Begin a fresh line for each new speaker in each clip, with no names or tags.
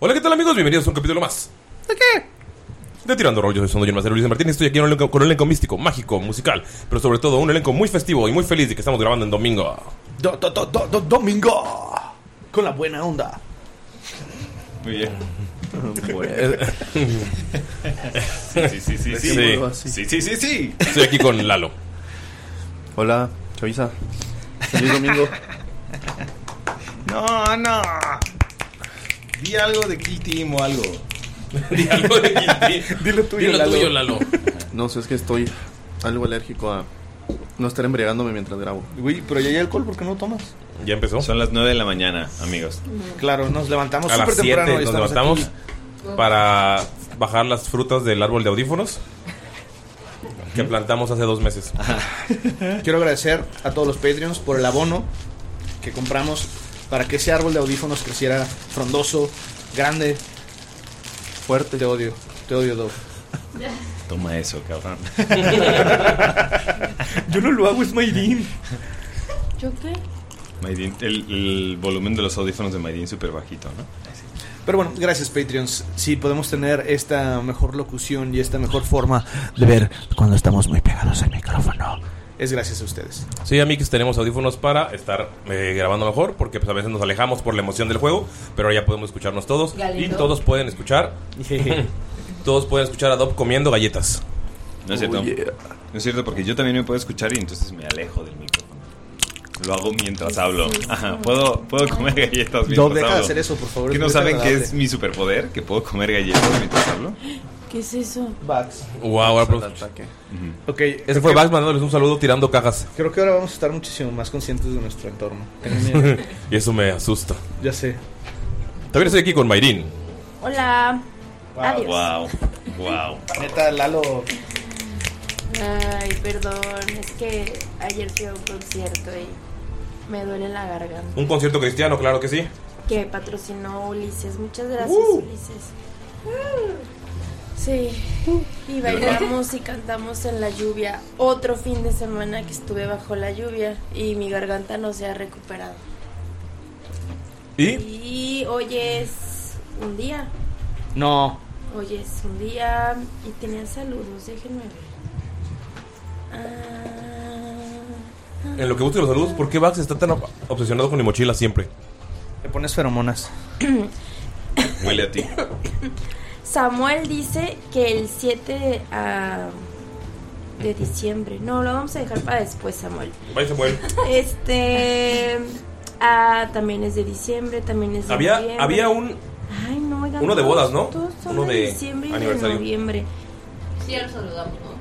Hola, ¿qué tal amigos? Bienvenidos a un capítulo más. ¿De qué? De Tirando Rollos, soy Sondo Marcelo Luis Martínez. Estoy aquí en un elenco- con un elenco místico, mágico, musical, pero sobre todo un elenco muy festivo y muy feliz de que estamos grabando en domingo.
domingo. Con la buena onda.
Muy bien.
sí, sí, sí, sí.
Sí.
Sí, sí, sí, sí.
Estoy aquí con Lalo.
Hola, Chavisa. Feliz domingo.
No, no. Di algo de Kill Team o algo.
Di algo de Kill Team.
Dilo tuyo,
Dilo
Lalo.
tuyo, Lalo.
No sé, es que estoy algo alérgico a no estar embriagándome mientras grabo.
Güey, pero ya hay alcohol, ¿por qué no tomas?
Ya empezó.
Son las 9 de la mañana, amigos.
Claro, nos
levantamos
a las
súper temprano
7
y
nos
estamos
levantamos
aquí.
para bajar las frutas del árbol de audífonos que plantamos hace dos meses.
Quiero agradecer a todos los Patreons por el abono que compramos para que ese árbol de audífonos creciera frondoso, grande, fuerte. Te odio, te odio, Dove.
Toma eso, cabrón.
Yo no lo hago, es Mayrin.
¿Yo qué?
Maidin, el, el volumen de los audífonos de Maidin súper bajito, ¿no?
Pero bueno, gracias Patreons. Si podemos tener esta mejor locución y esta mejor forma,
De ver cuando estamos muy pegados al micrófono.
es gracias a ustedes.
Sí, amigos, tenemos audífonos para estar eh, grabando mejor, porque pues, a veces nos alejamos por la emoción del juego, pero ahora ya podemos escucharnos todos.
Galindo.
Y todos pueden escuchar. todos pueden escuchar a Dob comiendo galletas.
No es cierto. No es cierto, porque yo también me puedo escuchar y entonces me alejo del micrófono. Lo hago mientras hablo. Ajá, puedo, puedo comer galletas mientras
No, deja de
hablo.
hacer eso, por favor,
¿Que
es
no
muy
saben que
desagradable.
es mi superpoder? ¿Que puedo comer galletas mientras hablo?
¿Qué es eso?
Bax.
Wow, ahora pro-
Ok.
Ese fue Bax mandándoles un saludo tirando cajas.
Creo que ahora vamos a estar muchísimo más conscientes de nuestro entorno. Tengo miedo.
y eso me asusta.
ya sé.
También estoy aquí con Mayrin.
Hola. Adiós.
Wow, wow.
Neta, Lalo.
Ay, perdón. Es que ayer fui a un concierto y me duele la garganta.
Un concierto cristiano, claro que sí.
Que patrocinó Ulises. Muchas gracias,
Uh.
Ulises. Sí. Y bailamos y cantamos en la lluvia. Otro fin de semana que estuve bajo la lluvia y mi garganta no se ha recuperado.
¿Y?
Y hoy es un día.
No.
Hoy es un día y tenía saludos, déjenme ver. Ah.
En lo que busco los saludos, ¿por qué Bax está tan ob- obsesionado con mi mochila siempre?
Te pones feromonas.
Huele a ti.
Samuel dice que el 7 de, ah, de diciembre. No, lo vamos a dejar para después, Samuel.
Bye, Samuel.
Este. Ah, también es de diciembre, también es de
Había,
noviembre.
había un.
Ay, no, oigan,
uno de
todos-
bodas, ¿no?
todos son
Uno
de,
de
diciembre y
aniversario.
de noviembre.
Sí, ya lo saludamos, ¿no?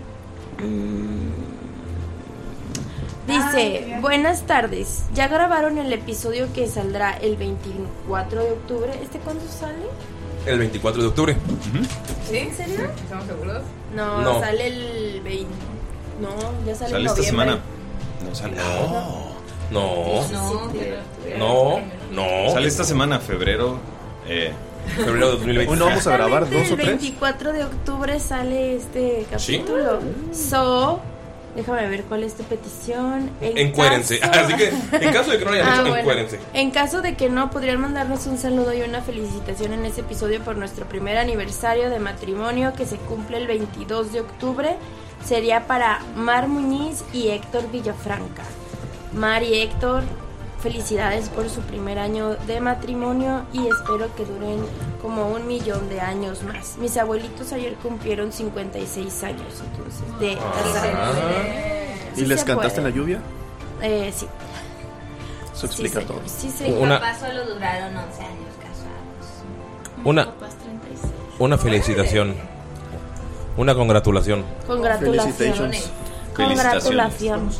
Dice, buenas tardes. Ya grabaron el episodio que saldrá el 24 de octubre. ¿Este cuándo sale?
El 24 de octubre.
¿Sí? ¿En serio? ¿Estamos seguros? No,
No.
sale el 20. No, ya sale, en
Sale esta
noviembre.
semana. No sale. No. No.
No,
No. No.
Sale esta semana, febrero. Eh.
Febrero de 2020.
Hoy no vamos a grabar dos
El
o tres.
24 de octubre sale este
¿Sí?
capítulo. So, déjame ver cuál es tu petición. En
Encuérense. Así que, en caso de que no lo hayan
Ah,
hecho,
bueno.
encuérense.
En caso de que no, podrían mandarnos un saludo y una felicitación en este episodio por nuestro primer aniversario de matrimonio que se cumple el 22 de octubre. Sería para Mar Muñiz y Héctor Villafranca. Mar y Héctor, felicidades por su primer año de matrimonio y espero que duren como un millón de años más. Mis abuelitos ayer cumplieron 56 años, entonces, de casados.
Ah. ¿Y les cantaste en la lluvia?
Eh, sí.
Eso explica todo.
Sí,
sí. Una-
Papás solo duraron 11 años casados.
Una-
Mis papás 36.
Una felicitación. Una congratulación.
Congratulaciones. Congratulaciones.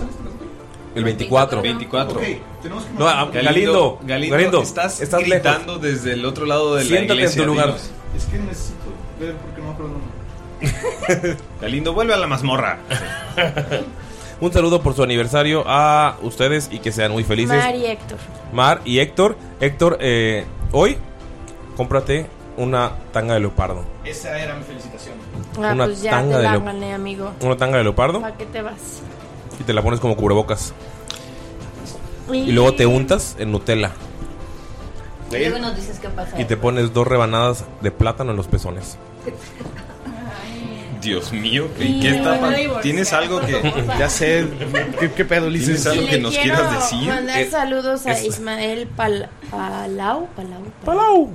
El 24.
24. tenemos que
No, a-
marcar.
Galindo,
Galindo,
Galindo,
Galindo,
estás,
estás gritando
lejos.
desde el otro lado de la
Siéntate
iglesia,
en tu lugar.
dinos.
Es que necesito ver porque no me acuerdo.
Galindo, vuelve a la mazmorra.
Un saludo por su aniversario a ustedes y que sean muy felices.
Mar y Héctor.
Mar y Héctor. Héctor, eh, hoy cómprate una tanga de leopardo.
Esa era mi felicitación.
Ah,
Una
pues ya te
tanga de
la
leop-
gané, amigo.
Una tanga de leopardo
¿Para qué te vas?
y te la pones como cubrebocas. Y luego te untas en Nutella
Y luego nos dices qué pasa.
y te pones dos rebanadas de plátano en los pezones.
Dios mío,
¿y Y qué me está voy a pa- divorciar,
¿Tienes algo que.?
Ya sé.
Eh,
¿Qué, qué pedo, Liz?
¿Tienes algo
Y
que
le
nos
quiero
quieras decir?
Mandar
Eh,
saludos a
es-
Ismael Pal- Palau, Palau,
Palau,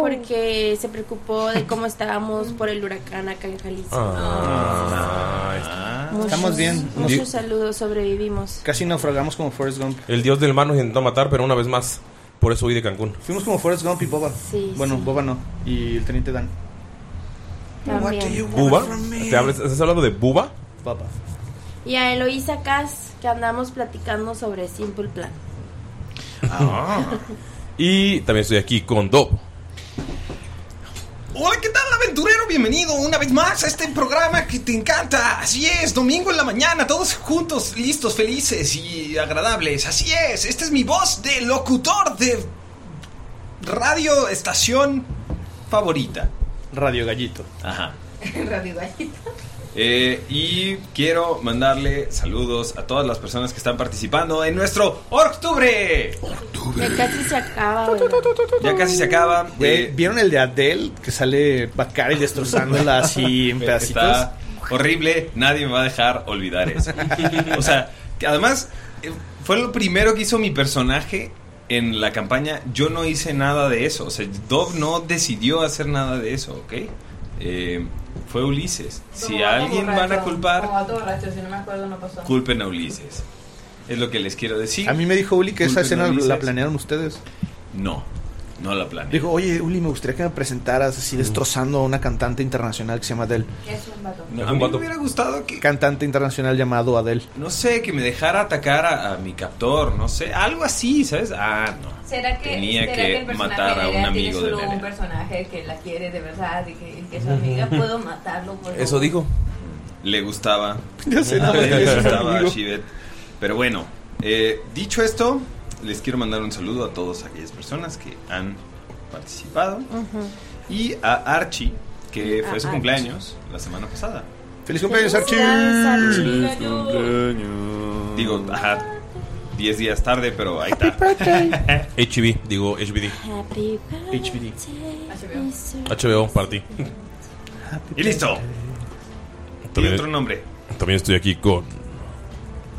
porque se preocupó de cómo estábamos por el huracán acá en Jalisco.
Ah.
Muchos-
Ah, Estamos bien.
Muchos saludos, sobrevivimos.
Casi naufragamos como Forrest Gump.
El dios del mar nos intentó matar, pero una vez más. Por eso huí de Cancún.
Fuimos como Forrest Gump y Boba.
Sí,
bueno, Boba no. Y el teniente Dan.
También.
¿Buba? ¿Te hablas- ¿Estás hablando de Buba?
Y a Eloísa Cas, que andamos platicando sobre Simple Plan.
Y también estoy aquí con Dob.
Hola, ¿qué tal, aventurero? Bienvenido una vez más a este programa que te encanta. Así es, domingo en la mañana, todos juntos, listos, felices y agradables. Así es, esta es mi voz de locutor de radio estación favorita.
Radio Gallito.
Ajá.
Radio Gallito.
Eh, y quiero mandarle saludos a todas las personas que están participando en nuestro Octubre.
Que casi se acaba. oigan.
Ya casi se acaba. eh. Ah,
Güey, ¿Vieron el de Adele? Que sale Bacari destrozándola así en pedacitos.
Está horrible, nadie me va a dejar olvidar eso. O sea, que además eh, fue lo primero que hizo mi personaje en la campaña. Yo no hice nada de eso. O sea, Dove no decidió hacer nada de eso, ¿ok? Eh, fue Ulises. Si a alguien van a culpar,
Como vato borracho, si no me acuerdo, no pasó.
culpen a Ulises. Es lo que les quiero decir.
A mí me dijo Uli que esa
Culpen a
escena la
Ulises.
planearon ustedes.
No, no la planeé. Mm.
Dijo, oye, Uli, me gustaría que me presentaras así destrozando a una cantante internacional que se llama Adele.
Es un vato.
No, a mí me hubiera gustado que,
Cantante internacional llamado Adele.
no sé, que me dejara atacar a, a mi captor, no sé, algo así, ¿sabes? Ah, no.
¿Será que,
Tenía
será
que
que el personaje
matar a
de
un
Nerea
amigo de
tiene solo un
Nerea.
personaje que la quiere de verdad y que, que es su amiga? ¿Puedo matarlo? Por
Eso
favor?
dijo. Le gustaba.
Ya sé, nada más
Le
que es un
gustaba a
amigo.
Shivet. Pero bueno, eh, dicho esto, les quiero mandar un saludo a todas aquellas personas que han participado. Y a Archie, que
A
fue su
Archie.
cumpleaños la semana pasada.
¡Feliz cumpleaños, Archie!
Felicidades,
¡Feliz
Archie. Digo, ajá, 10 días tarde, pero ahí está.
HB, digo HBD.
Happy
HBD.
birthday.
HBO, para ti.
Y listo. Tiene otro nombre.
También estoy aquí con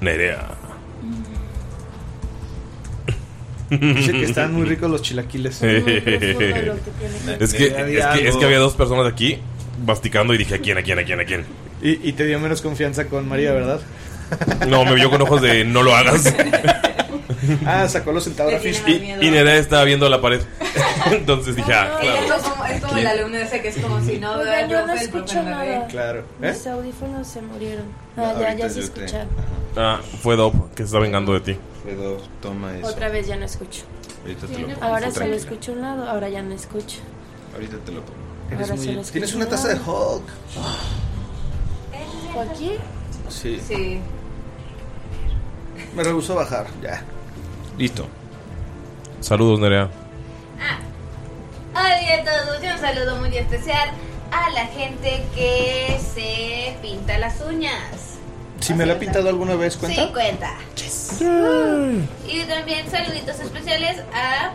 Nerea.
Dice que están muy ricos los chilaquiles.
es, que, es, que, es que había dos personas aquí masticando y dije, ¿a quién, a quién, a quién, a quién?
Y, y te dio menos confianza con María, ¿verdad?
No, me vio con ojos de no lo hagas.
Ah, sacó los centavos
Le tiene
Y,
más miedo.
y Nerea estaba viendo la pared. Entonces dije, ah,
Ella
claro.
es como, es como el alumno ese que es como si no veo
Oigan,
al
yo no
profe, el profe
escucho
no
nada.
ve.
Claro.
Mis
¿Eh?
audífonos se murieron. Ah, ya,
ahorita
ya se
yo te-
escucharon.
Ah, fue Dop que se está vengando de ti.
Fue Dop, toma
Otra vez ya no escucho.
Ahorita te lo pongo.
Ahora solo
Tranquila.
escucho un lado, ahora ya no escucho.
Ahorita te lo pongo.
Eres Ahora muy- se los
Tienes una taza de Hulk.
¿Aquí?
Sí.
Sí.
Me rehusó a bajar, ya.
Listo. Saludos, Nerea.
Hola a todos, y un saludo muy especial a la gente que se pinta las uñas.
Si me la ha pintado alguna vez, ¿cuenta?
Sí, cuenta.
Yay.
Y también saluditos especiales a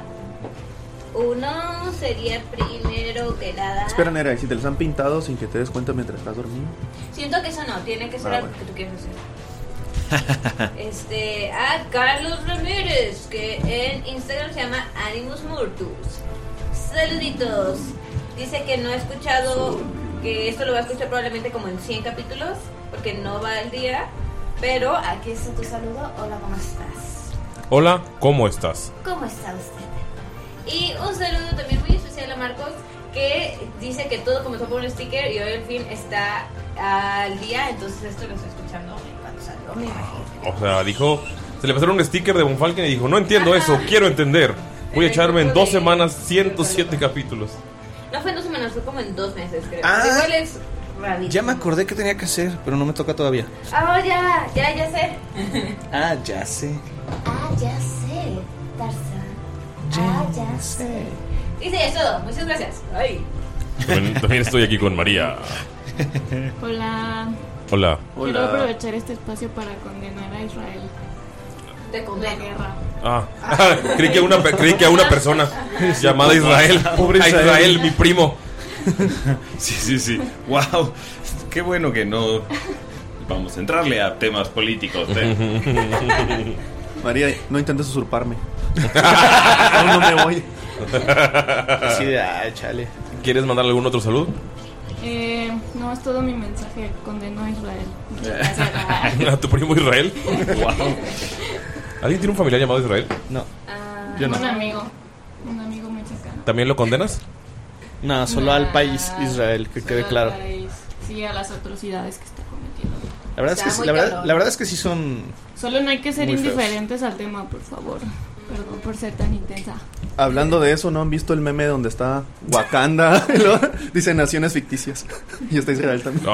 uno sería primero que nada.
Espera, Nera, ¿y si te los han pintado sin que te des cuenta mientras estás dormido?
Siento que eso no, tiene que ser
Ah,
algo que tú quieres hacer. Este, a Carlos Ramírez, que en Instagram se llama Animus Mortus. Saluditos. Dice que no ha escuchado, que esto lo va a escuchar probablemente como en 100 capítulos, porque no va al día. Pero aquí está tu saludo. Hola, ¿cómo estás?
Hola, ¿cómo estás?
¿Cómo está usted? Y un saludo también muy especial a Marcos, que dice que todo comenzó por un sticker y hoy al fin está al día, entonces esto lo estoy escuchando cuando salgo, me imagino.
O sea, dijo, se le pasaron un sticker de Von Falken y dijo, no entiendo eso, quiero entender. Voy a echarme en dos semanas 107 capítulos.
No fue en dos semanas, fue como en dos meses, creo.
Ah.
Igual es rarísimo.
Ya me acordé que tenía que hacer, pero no me toca todavía.
Ah, ya, ya, ya sé.
Ah, ya sé.
ah, ya sé, Tarzan. Ah, ya sé. Dice eso, muchas gracias. Ay.
También, también estoy aquí con María.
Hola.
Hola.
Quiero aprovechar este espacio para condenar a Israel.
Te condeno.
guerra.
Ah, creí, que a una, pe- creí que a una persona llamada Israel.
Pobre
A
Israel.
Israel, mi primo.
Sí, sí, sí. ¡Wow! Qué bueno que no vamos a entrarle a temas políticos. ¿eh?
María, no intentes usurparme. Aún no me voy.
Sí, ah, chale.
¿Quieres mandarle algún otro saludo?
Eh, no, es todo mi mensaje. Condeno a Israel.
Eh. ¿A tu primo Israel? ¿Alguien tiene un familiar llamado Israel?
No.
Yo no.
Un amigo. Un amigo muy cercano. Ah,
¿También lo condenas?
No, Ah, solo al país Israel, que quede claro.
Ay, Sí, a las atrocidades que está cometiendo.
La verdad, es que,
Está
sí-
muy
la, verdad,
cabrón.
la verdad es que sí son.
Solo no hay que ser
Muy feos.
indiferentes al tema, por favor. Perdón por ser tan intensa.
Hablando de eso, ¿no han visto el meme donde está Wakanda? Y luego Dice naciones ficticias. Y está Israel también.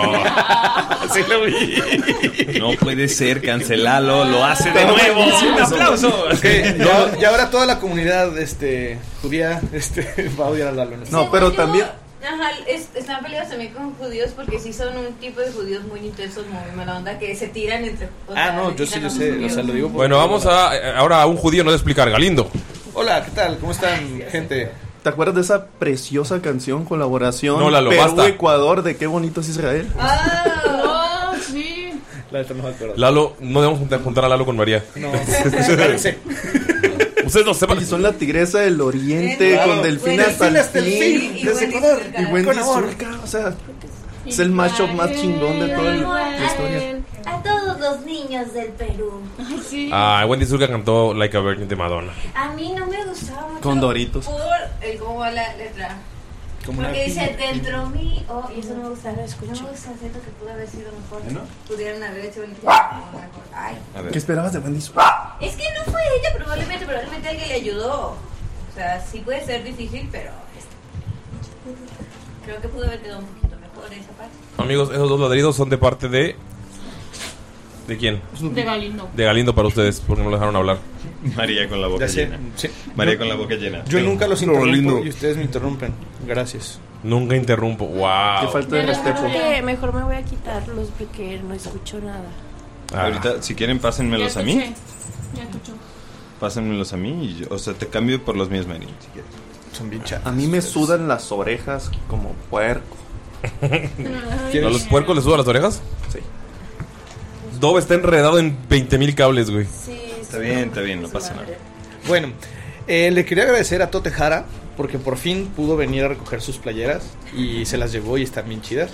sí lo vi. No puede ser, cancelalo, lo hace de nuevo. Un aplauso.
Ok, ya- Y ahora toda la comunidad este, judía este, va a odiar a Lalo.
No, pero también.
Ajá, es- están peleados también con judíos porque sí son un tipo de judíos muy intensos, muy mala onda, que se tiran entre... o sea,
Ah, no, yo sí, yo sé. O sea, lo digo por-
Bueno, vamos a eh, ahora a un judío no de explicar, Galindo.
Hola, ¿qué tal? ¿Cómo están, gente?
¿Te acuerdas de esa preciosa canción, colaboración?
No, Lalo, basta.
Perú-Ecuador, de qué bonito es Israel.
Ah, no, sí.
La neta no me acuerdo.
Lalo, no debemos juntar, juntar a Lalo con María.
No.
Ustedes no sepan.
Y son la tigresa del oriente,
Claro.
con delfín
Delfín
hasta el
hasta el
fin.
fin,
y Desde Wendy Ecuador, Zulka.
Y Wendy
con amor.
Zulka, o sea, es el mashup más chingón de toda la la historia.
A todos los niños del Perú.
Ah, Wendy Zulka cantó Like a Virgin de Madonna.
A mí no me gustaba mucho.
Con Doritos.
Por el cómo va la letra.
Como
Porque
una
dice
piña.
dentro mí. Oh, y eso no me gusta. No, no me gusta. Siento que pudo haber sido mejor.
¿Eh, no?
Pudieran haber hecho un. Ay.
¿Qué esperabas de Wendy Zulka?
Es que no fue ella, probablemente. Probablemente alguien le ayudó. O sea, sí puede ser difícil, pero. Creo que pudo haber quedado un poquito mejor esa parte.
Amigos, esos dos ladridos son de parte de. ¿De quién?
De Galindo.
De Galindo para ustedes, porque no lo dejaron hablar.
María con la boca
sé,
llena.
sí.
María
Yo-
con la boca llena.
Yo nunca los interrumpo
lindo.
y ustedes me interrumpen. Gracias.
Nunca interrumpo. ¡Wow!
Qué falta de
Yo
respeto.
creo que mejor me voy a quitarlos porque no escucho nada.
Ahorita, si quieren, pásenmelos a mí.
Ya escucho.
Pásenmelos a mí. y yo- o sea, te cambio por los míos, María, si quieres.
Son bien
A mí me sudan las orejas como puerco.
¿A los puercos les sudan las orejas?
Sí.
Dob está enredado en 20.000 cables, güey.
Está bien, está bien, no pasa nada.
Bueno, Eh, le quería agradecer a Tote Jara porque por fin pudo venir a recoger sus playeras y se las llevó y están bien chidas.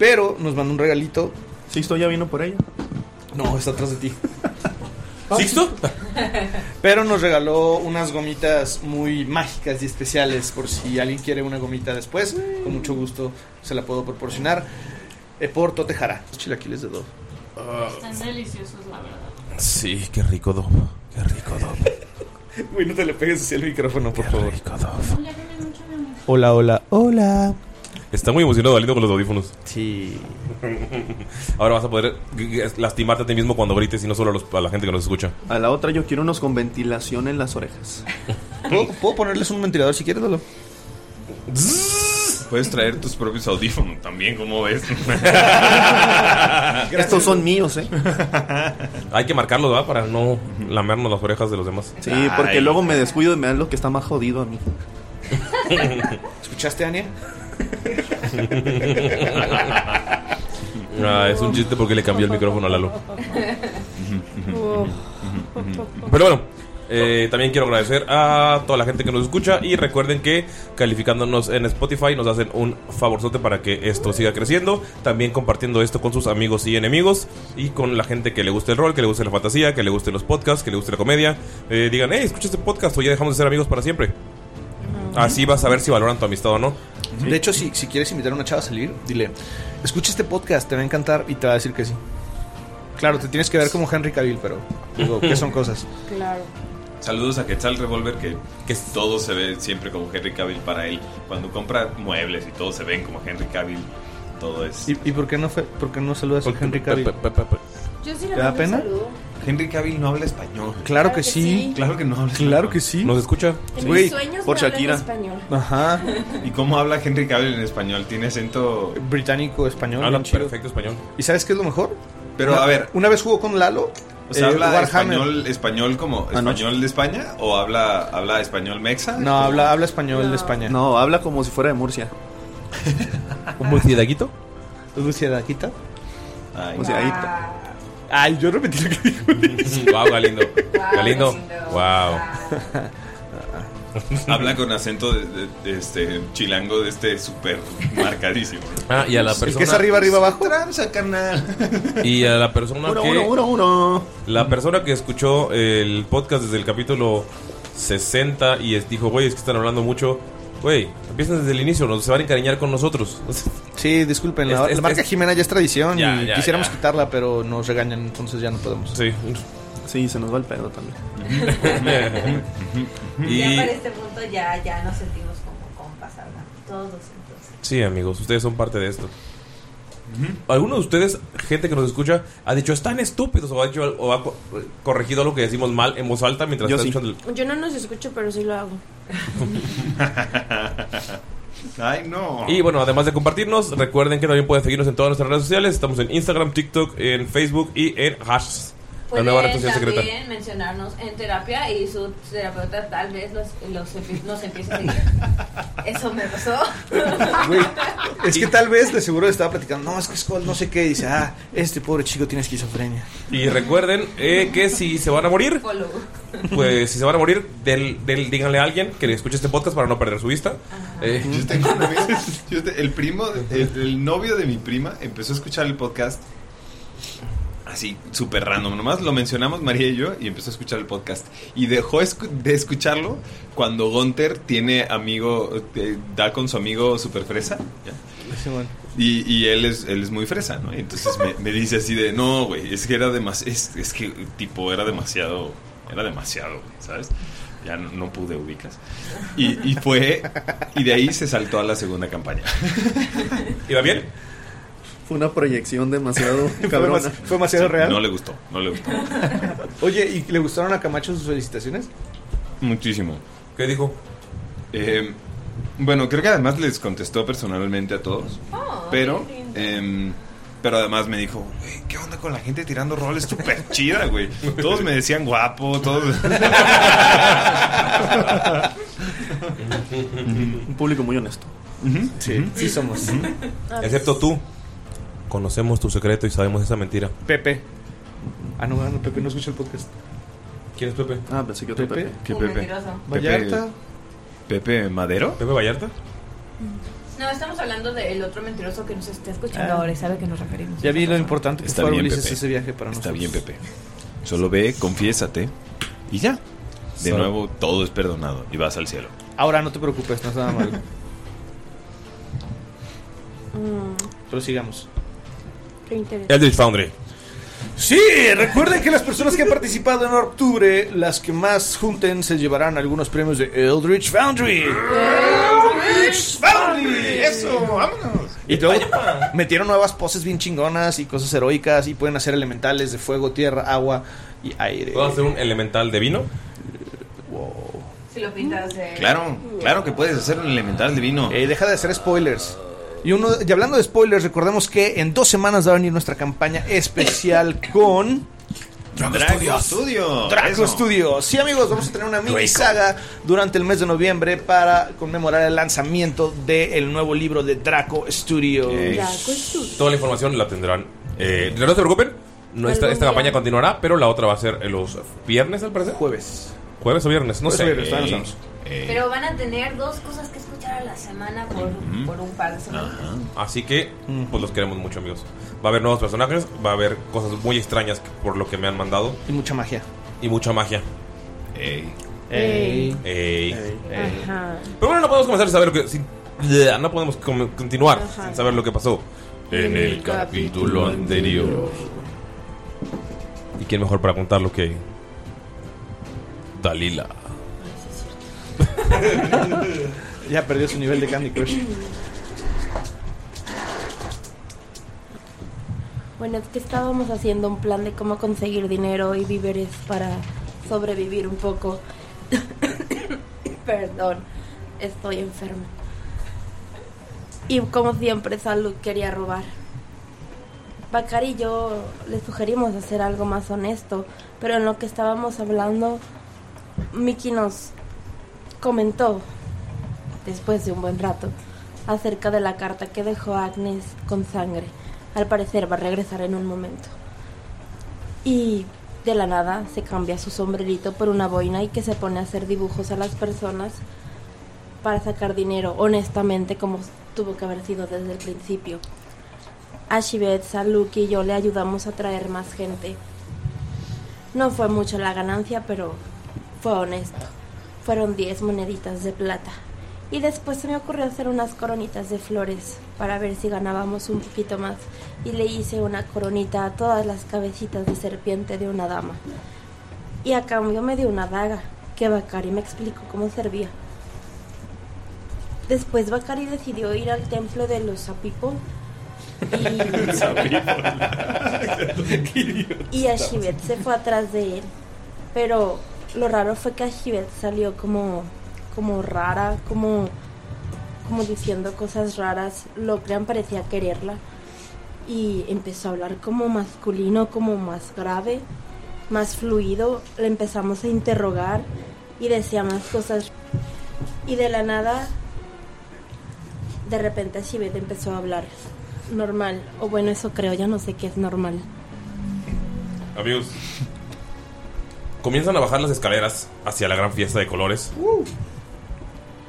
Pero nos mandó un regalito. ¿Sixto ya vino por ella? No, está atrás de ti. ¿Sixto? Pero nos regaló unas gomitas muy mágicas y especiales por si alguien quiere una gomita después. Con mucho gusto se la puedo proporcionar. Eh, por Tote Jara. Ah, Chilaquiles de dos.
Están deliciosos, la verdad.
Sí, qué rico Dob. Qué rico Dob.
Uy, no te le pegues hacia el micrófono, por favor.
Hola, hola, hola. Está muy emocionado Alito con los audífonos. Sí. Ahora vas a poder g- g- lastimarte a ti mismo cuando grites y no solo a, los- a la gente que nos escucha.
A la otra yo quiero unos con ventilación en las orejas.
¿Puedo, ponerles un ventilador si quieres, Dolo?
Puedes traer tus propios audífonos también, como ves?
Estos son míos, ¿eh?
Hay que marcarlos, ¿verdad? Para no lamernos las orejas de los demás.
Sí, porque luego me descuido y me dan lo que está más jodido a mí.
¿Escuchaste, Ania?
Ah, es un chiste porque le cambió el micrófono a Lalo. Pero bueno, eh, también quiero agradecer a toda la gente que nos escucha y recuerden que calificándonos en Spotify nos hacen un favorzote para que esto siga creciendo. También compartiendo esto con sus amigos y enemigos y con la gente que le guste el rol, que le guste la fantasía, que le gusten los podcasts, que le guste la comedia. Eh, digan, hey, escucha este podcast o ya dejamos de ser amigos para siempre. Así vas a ver si valoran tu amistad o no.
De hecho, si, si quieres invitar a una chava a salir, dile, escucha este podcast, te va a encantar y te va a decir que sí. Claro, te tienes que ver como Henry Cavill, pero digo, ¿qué son cosas?
Claro.
Saludos a Quetzal Revolver, que, que todo se ve siempre como Henry Cavill para él. Cuando compra muebles y todo se ven como Henry Cavill, todo es...
¿Y, y por, qué no fe- por qué no saludas a Henry Cavill?
Yo sí
¿Te
le
da
mando
pena?
un saludo.
Henry Cavill no habla español.
Claro que sí.
Claro que no habla
Claro que sí.
¿Nos escucha?
En mis sueños no hablo en español.
Ajá.
¿Y cómo habla Henry Cavill en español? Tiene acento
británico español.
Habla
bien chido.
perfecto español.
¿Y sabes qué es lo mejor?
Pero,
Una-
a ver.
Una vez jugó con Lalo.
O sea,
eh,
¿habla
Warhammer.
español, español como
Anoche.
español de España o habla, habla español mexa?
No, habla, habla español de España.
No, habla como si fuera de Murcia.
¿Un murcielaguito?
¿Un murcielaguito?
Ay,
Murcielaguito.
Ay, yo repetí lo que dijo.
Wow, Galindo. Galindo. Wow.
Habla con acento de, de- de este chilango de este súper marcadísimo.
Ah, y a la persona.
arriba, abajo?
Tranza, carnal.
Y a la persona
Uno,
que.
uno, uno,
La persona que escuchó el podcast desde el capítulo 60 y es- dijo, güey, es que están hablando mucho. Güey, empiezan desde el inicio, nos se van a encariñar con nosotros.
Sí, disculpen, la,
Este-
la marca
este-
Jimena ya es tradición
Ya,
y
ya,
quisiéramos
ya.
quitarla, pero nos regañan, entonces ya no podemos.
Sí.
Sí, se nos va el pedo también.
Ya para este punto ya, ya nos sentimos como compas, ¿verdad? Todos entonces.
Sí, amigos, ustedes son parte de esto. ¿Alguno de ustedes, gente que nos escucha, ha dicho, están estúpidos o ha, dicho, al- o ha co- corregido algo que decimos mal en voz alta mientras
Yo
está
sí.
escuchando el-
Yo no los escucho, pero sí lo hago.
Ay, no.
Y bueno, además de compartirnos, recuerden que también pueden seguirnos en todas nuestras redes sociales. Estamos en Instagram, TikTok, en Facebook y en Hash, la
Pueden
nueva red social
también
secreta.
mencionarnos en terapia y su terapeuta tal vez los, los empie- nos empiece a seguir. Eso me pasó.
Güey, es que tal vez de seguro estaba platicando, no, es que Skull no sé qué, y dice, ah, este pobre chico tiene esquizofrenia.
Y recuerden eh, que si se van a morir,
Follow.
pues si se van a morir, del, del- díganle a alguien que escuche este podcast para no perder su vista. Eh,
Yo tengo una vez- yo te- el primo, el, el novio de mi prima empezó a escuchar el podcast así, súper random. Nomás lo mencionamos María y yo y empezó a escuchar el podcast. Y dejó escu- de escucharlo cuando Gunter tiene amigo, eh, da con su amigo super fresa. ¿ya? Y, y él, es, él es muy fresa, ¿no? Y entonces me, me dice así de, no, güey, es que era demasiado, es, es que, tipo, era demasiado, era demasiado, güey, ¿sabes? Ya no, no pude ubicas. Y, y fue, y de ahí se saltó a la segunda campaña.
¿Iba bien?
Fue una proyección demasiado cabrona.
demas- fue demasiado real.
No le gustó, no le gustó.
Oye, ¿y le gustaron a Camacho sus felicitaciones?
Muchísimo. Eh,
¿Qué dijo?
bueno, creo que además les contestó personalmente a todos.
Oh,
pero,
qué
em, pero además me dijo, "Güey, ¿qué onda con la gente tirando roles súper chida, güey? Todos me decían guapo, todos...
Un público muy honesto.
Sí, sí somos.
Ah,
Excepto
pues.
tú. Conocemos tu secreto y sabemos esa mentira.
ah, Pepe. Ah, no, no, Pepe no escucha el podcast.
¿Quién es Pepe?
Ah, pensé que
otro
Pepe.
¿Qué
Oh,
Un
Pepe?
mentiroso.
Pepe-
Vallarta.
¿Pepe Madero?
¿Pepe Vallarta?
No, estamos hablando del otro mentiroso que nos está escuchando
Ah.
ahora y sabe que nos referimos.
Ya vi lo importante que
Está
fue
bien,
Ulises
Pepe.
ese viaje para
Está
nosotros.
bien, Pepe. Solo ve, confiésate y ya. De
Solo-
nuevo, todo es perdonado y vas al cielo.
Ahora no te preocupes, no es nada malo. Pero sigamos.
Mm. Qué interesante.
Eldritch Foundry.
Sí, recuerden que las personas que han participado en octubre, las que más junten, se llevarán algunos premios de Eldritch Foundry.
¡Rich Family! ¡Eso! ¡Vámonos!
Y luego metieron nuevas poses bien chingonas y cosas heroicas y pueden hacer elementales de fuego, tierra, agua y aire.
¿Puedo hacer un elemental de vino?
Si lo pintas de.
Claro, claro que puedes hacer un elemental divino.
Eh, deja de hacer spoilers. Y, uno, y hablando de spoilers, recordemos que en dos semanas va a venir nuestra campaña especial con...
Draco Studios.
Draco
Eso.
Studios. Sí, amigos, vamos a tener una mini
Draco.
saga durante el mes de noviembre para conmemorar el lanzamiento del nuevo libro de Draco Studios.
Toda la información la tendrán. Eh, no se preocupen, no, esta,
Algún
esta
día.
campaña continuará, pero la otra va a ser en los viernes, al parecer.
Jueves.
Jueves o viernes, no
Jueves o
sé.
viernes, todavía no sabemos.
Eh,
Pero van a tener dos cosas que escuchar a la semana por,
Ujú.
por un par de semanas.
Así que,
Mm.
pues los queremos mucho, amigos. Va a haber nuevos personajes, va a haber cosas muy extrañas que- por lo que me han mandado.
Y mucha magia.
Y mucha magia.
Ey.
Ey.
Ey.
Ajá.
Pero bueno, no podemos comenzar a saber lo que. sin- bleh, no podemos com- continuar
Ajá.
sin saber lo que pasó en el capítulo anterior. ¿Y quién mejor para contar lo que. Dalila.
ya perdió su nivel de Candy Crush.
Bueno, es que estábamos haciendo un plan de cómo conseguir dinero y víveres para sobrevivir un poco. Perdón, estoy enferma. Y como siempre, Salud quería robar. Bacari y yo le sugerimos hacer algo más honesto, pero en lo que estábamos hablando, Miki nos comentó, después de un buen rato, acerca de la carta que dejó Agnes con sangre. Al parecer va a regresar en un momento. Y de la nada se cambia su sombrerito por una boina y que se pone a hacer dibujos a las personas para sacar dinero, honestamente, como tuvo que haber sido desde el principio. A Shibetsa, Luke y yo le ayudamos a traer más gente. No fue mucho la ganancia, pero fue honesto. Fueron 10 moneditas de plata. Y después se me ocurrió hacer unas coronitas de flores para ver si ganábamos un poquito más. Y le hice una coronita a todas las cabecitas de serpiente de una dama. Y a cambio me dio una daga, que Bacari me explicó cómo servía. Después Bacari decidió ir al templo de los Apipo y Ashibet se fue atrás de él. Pero lo raro fue que Ashibet salió como, como rara, como, como diciendo cosas raras. Locrian parecía quererla y empezó a hablar como masculino, como más grave, más fluido. Le empezamos a interrogar y decía más cosas. Y de la nada, de repente Ashibet empezó a hablar normal. O bueno, eso creo, ya no sé qué es normal.
Amigos, comienzan a bajar las escaleras hacia la gran fiesta de colores.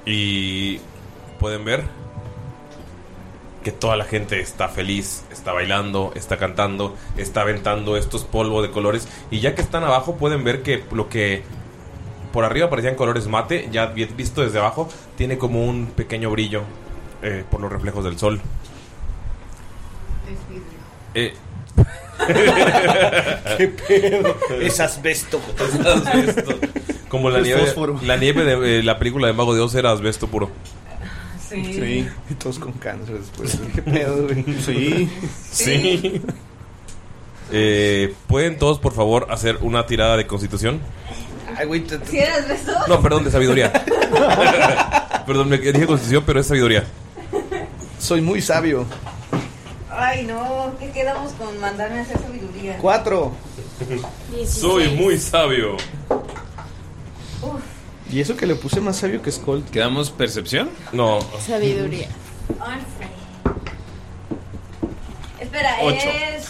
Y pueden ver que toda la gente está feliz, está bailando, está cantando, está aventando estos polvos de colores. Y ya que están abajo, pueden ver que lo que por arriba parecían colores mate, ya vi- visto desde abajo, tiene como un pequeño brillo eh, por los reflejos del sol. Eh,
¿Qué pedo? Es asbesto.
Es asbesto. Como la
Es
nieve,
fósforo.
la nieve de eh, la película de Mago de Oz era asbesto puro.
Sí.
Y todos con cáncer después. ¿Qué pedo, güey?
Sí. Sí. Eh, ¿Pueden todos, por favor, hacer una tirada de constitución?
Ay, güey. te-
¿Si eras beso?
No, perdón, de sabiduría. perdón, me dije constitución, pero es sabiduría.
Soy muy sabio.
Ay, no. ¿Qué quedamos con mandarme a hacer sabiduría?
Cuatro.
Soy muy sabio.
¿Y eso que le puse más sabio que Skull?
¿Quedamos percepción?
No.
Sabiduría.
Once. Espera,
Ocho.
¿es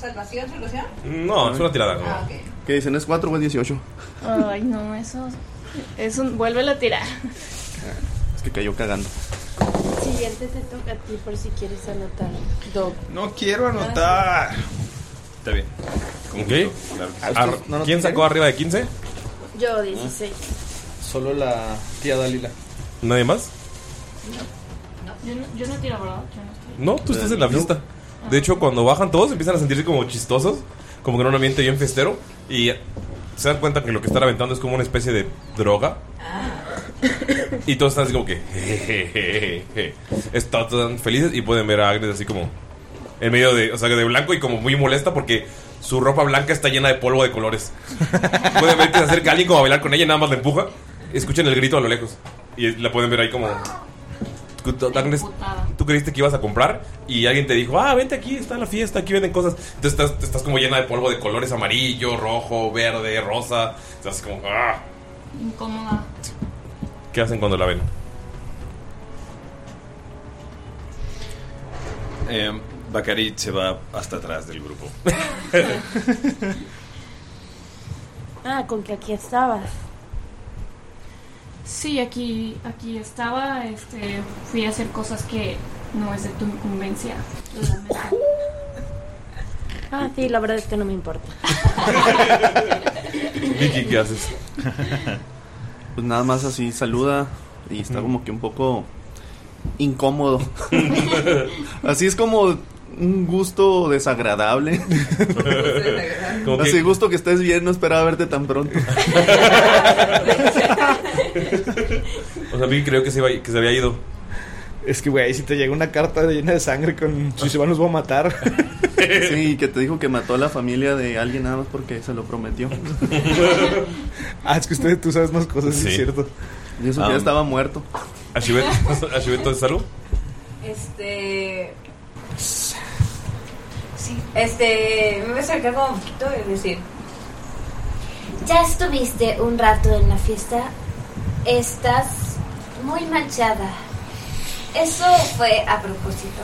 salvación, solución?
No, es una tirada.
Ah, ok.
¿Qué dicen? ¿Es 4 o es 18?
Ay, no, eso. Es un. Vuélvelo a tirar.
Ah.
Es que cayó cagando.
Siguiente te toca a ti por si quieres anotar. Doc.
No quiero anotar. Está bien.
Ok. Ar- ¿Quién sacó arriba de 15?
Yo 16.
Solo la tía Dalila.
¿Nadie más?
Yo no, yo no tiro, ¿verdad? Yo no estoy.
No, tú estás en la fiesta. De hecho, cuando bajan todos empiezan a sentirse como chistosos, como que en un ambiente bien festero, y se dan cuenta que lo que están aventando es como una especie de droga. Y todos están así como que... "Jejejeje". Están tan felices y pueden ver a Agnes así como... En medio de... O sea, de blanco y como muy molesta porque su ropa blanca está llena de polvo de colores. pueden ver que se acerca alguien como a bailar con ella y nada más la empuja. Escuchen el grito a lo lejos. Y la pueden ver ahí como... Agnes, tú creíste que ibas a comprar y alguien te dijo, ah, vente aquí, está la fiesta, aquí venden cosas. Entonces estás, estás como llena de polvo de colores amarillo, rojo, verde, rosa. Estás como, ah.
Incómoda.
¿Qué hacen cuando la ven?
Eh, Bacari se va hasta atrás del grupo.
Ah, con que aquí estabas.
Sí, aquí, aquí estaba. Este, fui a hacer cosas que no es de tu incumbencia.
Ah, sí, la verdad es que no me importa.
Vicky, ¿qué haces?
Pues nada más así saluda y está como que un poco incómodo. así es como un gusto desagradable.
Como que-
así gusto que estés bien, no esperaba verte tan pronto.
O sea, Vicky creo que se, iba- que se había ido.
Es que, güey, si te llega una carta llena de sangre con si se va nos va a matar.
Sí, que te dijo que mató a la familia de alguien nada más porque se lo prometió.
ah, es que ustedes tú sabes más cosas, sí,
Sí. Um,
es cierto.
Y eso que ya estaba muerto.
¿A Shivet, a Shivet, entonces, salud?
Este. Este. Me voy a acercar como un poquito y decir.
Ya estuviste un rato en la fiesta. Estás muy manchada. Eso fue a propósito.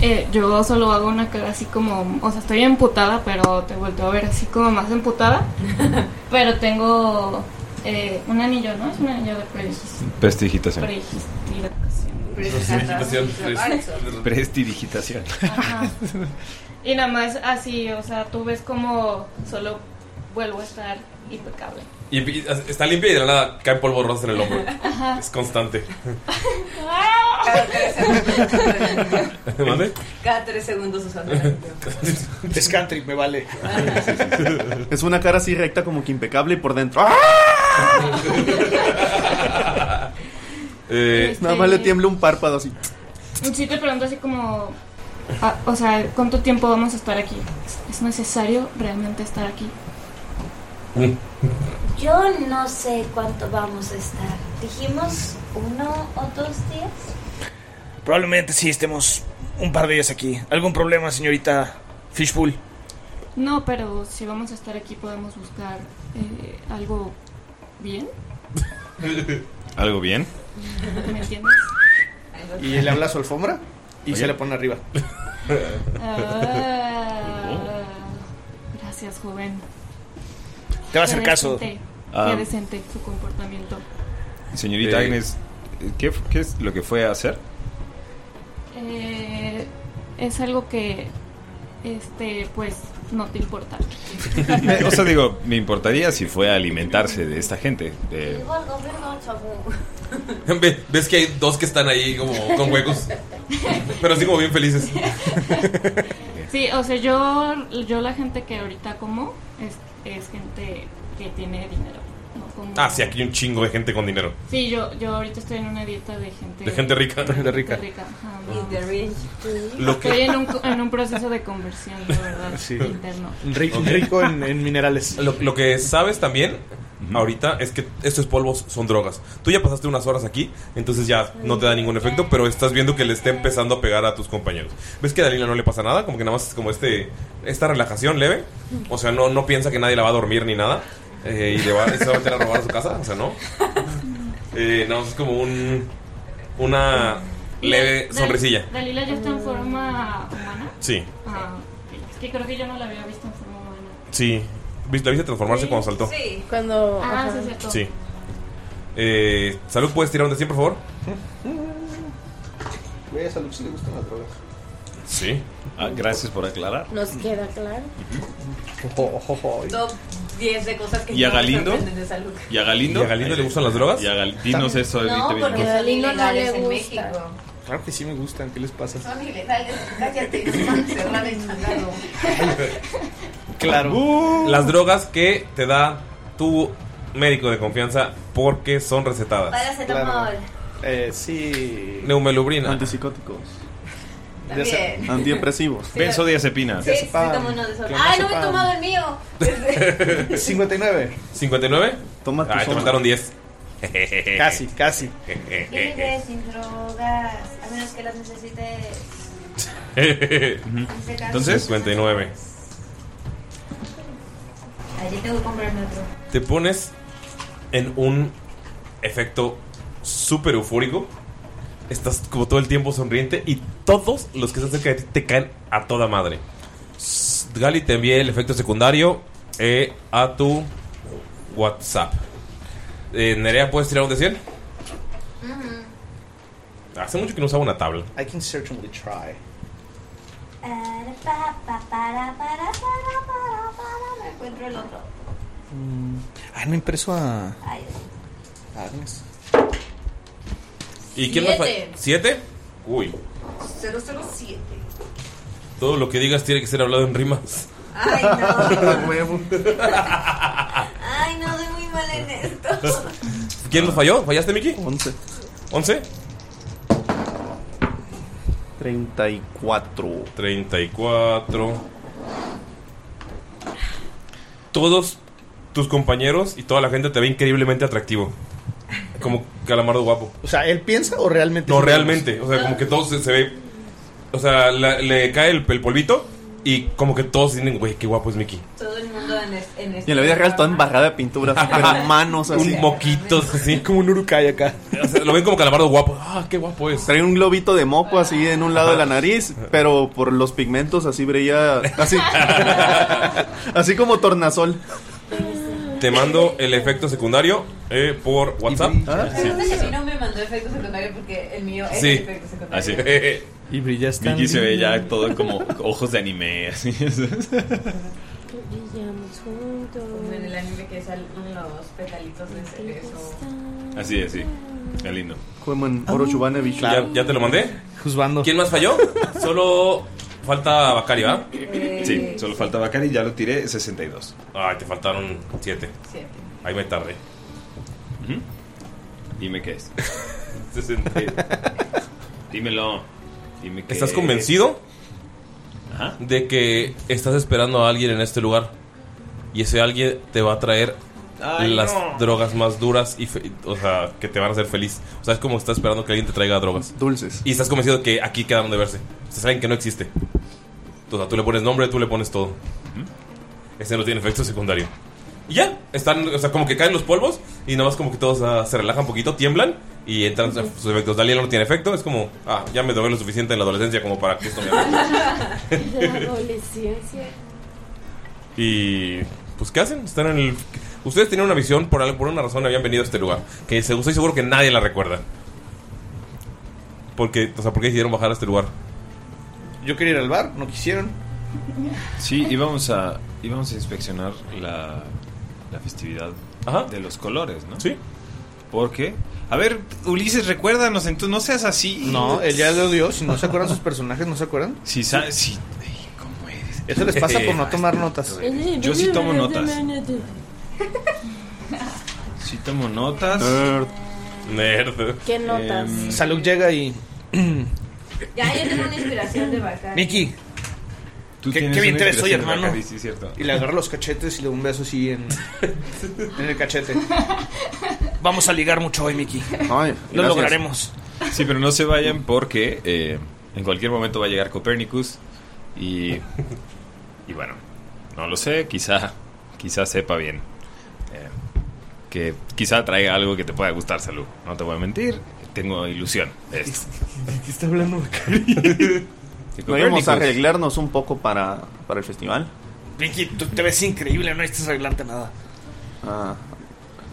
Eh, yo solo hago una cara así como, o sea, estoy emputada, pero te vuelto a ver así como más emputada. pero tengo eh, un anillo, ¿no? Es un anillo de predigis-
Prestigitación.
predigitación.
Prestidigitación.
Ajá. Y nada más así, o sea, tú ves como solo vuelvo a estar impecable.
Y y- está limpia y de la nada cae polvo rosa en el hombro.
Ajá.
Es constante.
Cada tres segundos.
¿Mande?
Cada tres segundos usando
Es country, me vale.
Es una cara así recta como que impecable y por dentro. ¡ah!
¡Ah!
Eh,
Nada más le tiembla un párpado así.
Y sí te pregunto así como, ah, o sea, ¿cuánto tiempo vamos a estar aquí? ¿Es necesario realmente estar aquí?
Yo no sé cuánto vamos a estar. Dijimos uno o dos días.
Probablemente sí estemos un par de días aquí. ¿Algún problema, señorita Fishpool?
No, pero si vamos a estar aquí podemos buscar eh, algo bien,
¿Algo bien?
¿me entiendes?
Y le habla a su alfombra y se le pone arriba.
Ah, gracias, joven.
Te va a hacer
Qué
caso.
decente,
Ah.
Qué decente su comportamiento.
Señorita
Eh,
Agnes, ¿qué, f- qué es lo que fue a hacer?
Eh, es algo que, este, pues, no te importa.
o sea, digo, me importaría si fue a alimentarse de esta gente. de-
Ve- Ves que hay dos que están ahí como con huecos. Pero así como bien felices.
Sí, o sea, yo, yo la gente que ahorita como es, es gente que tiene dinero. no como-
Ah, sí, aquí hay un chingo de gente con dinero.
Sí, yo, yo ahorita estoy en una dieta de gente...
De gente rica. De gente rica. Ah,
ajá,
Y
no.
de rich.
Lo que-
Estoy en un, en un proceso de conversión, la verdad,
Sí.
interno.
Rico,
Ok.
rico en, en minerales.
Lo, lo que sabes también ahorita es que estos polvos son drogas. Tú ya pasaste unas horas aquí, entonces ya no te da ningún efecto, pero estás viendo que le está empezando a pegar a tus compañeros. ¿Ves que a Dalila no le pasa nada? Como que nada más es como este, esta relajación leve. O sea, no, no piensa que nadie la va a dormir ni nada. eh, y le va, se va a meter a robar a su casa. O sea, no. Eh, no, es como un, una leve
Dal-
Eh, sonrisilla.
Dalila ya está en forma humana.
Sí.
Ah, ok. es que creo que yo no la había visto en forma humana.
Sí. ¿Viste- ¿La viste transformarse cuando saltó?
Sí. Cuando. Ah, sí, cierto.
Sí. Eh, Salud, ¿puedes tirar un de 100, por favor?
Güey, a Salud sí le gustan las drogas.
Sí.
Ah, gracias por aclarar.
Nos queda claro.
Top 10 de cosas que
¿Y a
no me
Galindo?
sorprenden de salud.
¿Y a Galindo?
¿Y a Galindo le gustan las drogas?
Y a Gal- dinos eso
No,
ahorita
porque
mismo.
son
Galindo no
ilegales
le
en
gusta.
México.
Claro que sí me gustan, ¿qué les pasa?
Son ilegales. Cállate, nos van a cerrar el juzgado.
Claro. Uh. Las drogas que te da tu médico de confianza porque son recetadas.
Paracetamol.
Eh, sí.
Neumelubrina.
Antipsicóticos.
También.
Antidepresivos.
Sí, Sí, sí, tomo uno de esos. Ah, no me he tomado el mío.
59.
¿59?
Toma
Ah, te
soma.
mataron 10.
Casi, casi.
Eh,
Vive sin drogas, a menos que las necesite.
Entonces, 59.
Allí tengo que comprarme otro.
Te pones en un efecto súper eufórico. Estás como todo el tiempo sonriente y todos los que están cerca de ti te caen a toda madre. S- Gali te envié el efecto secundario eh, a tu WhatsApp. Eh, Nerea, ¿puedes tirar un de 100? Hace mucho que no usaba una tabla.
I can certainly try.
Para, pa, pa, para, para, para, para, para. Me encuentro el otro.
Ah, no impreso a.
Ay,
a Agnes.
¿Y quién más? fa-
Siete.
¿Siete? Uy,
007.
todo lo que digas tiene que ser hablado en rimas.
Ay, no.
Huevo.
Ay, no, soy muy mal en esto.
¿Quién los falló? ¿Fallaste, Miki?
11.
¿11?
34.
34. Todos tus compañeros y toda la gente te ve increíblemente atractivo. Como calamardo guapo.
O sea, ¿él piensa o realmente?
No,
sí?
realmente. O sea, como que todos se, se ve. O sea, la- le cae el, el polvito y como que todos dicen, güey, qué guapo es Miki.
Todo el mundo en, es- en este
Y en la vida real toda embarrada de pintura, pero manos así.
Un moquitos así.
Como un urukai acá.
lo ven como calamardo guapo. Ah, qué guapo es.
Trae un globito de moco así en un lado de la nariz, pero por los pigmentos así brilla. Así. así como tornasol.
Te mando el efecto secundario eh, por WhatsApp. Ah, Sí.
Resulta que a mí no me mandó efecto secundario porque el mío es
Sí.
Este,
efecto
Así.
secundario.
Y brillaste.
Vicky se ve ya todo como ojos de anime. Así
Brillamos juntos. Como en el anime que salen los petalitos de cerezo.
Así es, sí. Qué lindo.
Como en
Ah.
Orochubane Bicho.
¿Ya, ya te lo mandé? ¿Quién más falló? Solo falta Bacari, ¿va?
Sí, solo falta Bacari, ya lo tiré 62.
Ay, te faltaron 7.
Siete.
Ahí me tardé.
Dime qué es. Dímelo. Dime qué
¿Estás
es.
convencido de que estás esperando a alguien en este lugar? Y ese alguien te va a traer
Ay,
las
no.
drogas más duras y fe- o sea, que te van a hacer feliz. O sea, es como estás esperando que alguien te traiga drogas.
Dulces.
Y estás convencido que aquí quedaron de verse. Ustedes saben que no existe. O sea, tú le pones nombre, tú le pones todo. Ese no tiene efecto secundario. Y ya, están, o sea, como que caen los polvos y nada más como que todos ah, se relajan un poquito, tiemblan y entran sus efectos. Daliela no tiene efecto, es como, ah, ya me drogué lo suficiente en la adolescencia como para que esto me afecte.
La adolescencia.
Y pues ¿qué hacen? Están en el ustedes tenían una visión por al- por una razón habían venido a este lugar, que se- estoy seguro que nadie la recuerda. Porque, o sea, ¿por qué decidieron bajar a este lugar?
Yo quería ir al bar, no quisieron.
Sí, íbamos a, íbamos a inspeccionar la, la festividad de los colores, ¿no?
Sí.
¿Por qué? A ver, Ulises, recuérdanos, entonces no seas así.
No, él ya lo dio. Si no se acuerdan sus personajes, ¿no se acuerdan?
Sí, sa- sí.
Eso les pasa por no tomar notas.
Yo sí tomo notas. Sí tomo notas.
Nerd.
Nerd.
¿Qué notas? Em,
Salud llega y.
Ya, yo tengo una inspiración de vaca.
Miki.
Tú
¿Qué,
tienes
qué bien
una
te ves hoy,
inspiración de
hermano?
Bacardí, sí, cierto.
Y le agarra los cachetes y le da un beso así en, en el cachete. Vamos a ligar mucho hoy, Miki. Lo
Gracias.
lograremos.
Sí, pero no se vayan porque eh, en cualquier momento va a llegar Copernicus y, y bueno, no lo sé, quizá, quizá sepa bien. eh, que quizá traiga algo que te pueda gustar, Salud. No te voy a mentir, tengo ilusión de esto.
¿De qué está hablando
Y
Podríamos
Copernicus.
arreglarnos un poco para, para el festival.
Vicky, tú te ves increíble, no necesitas arreglarte nada.
Ah,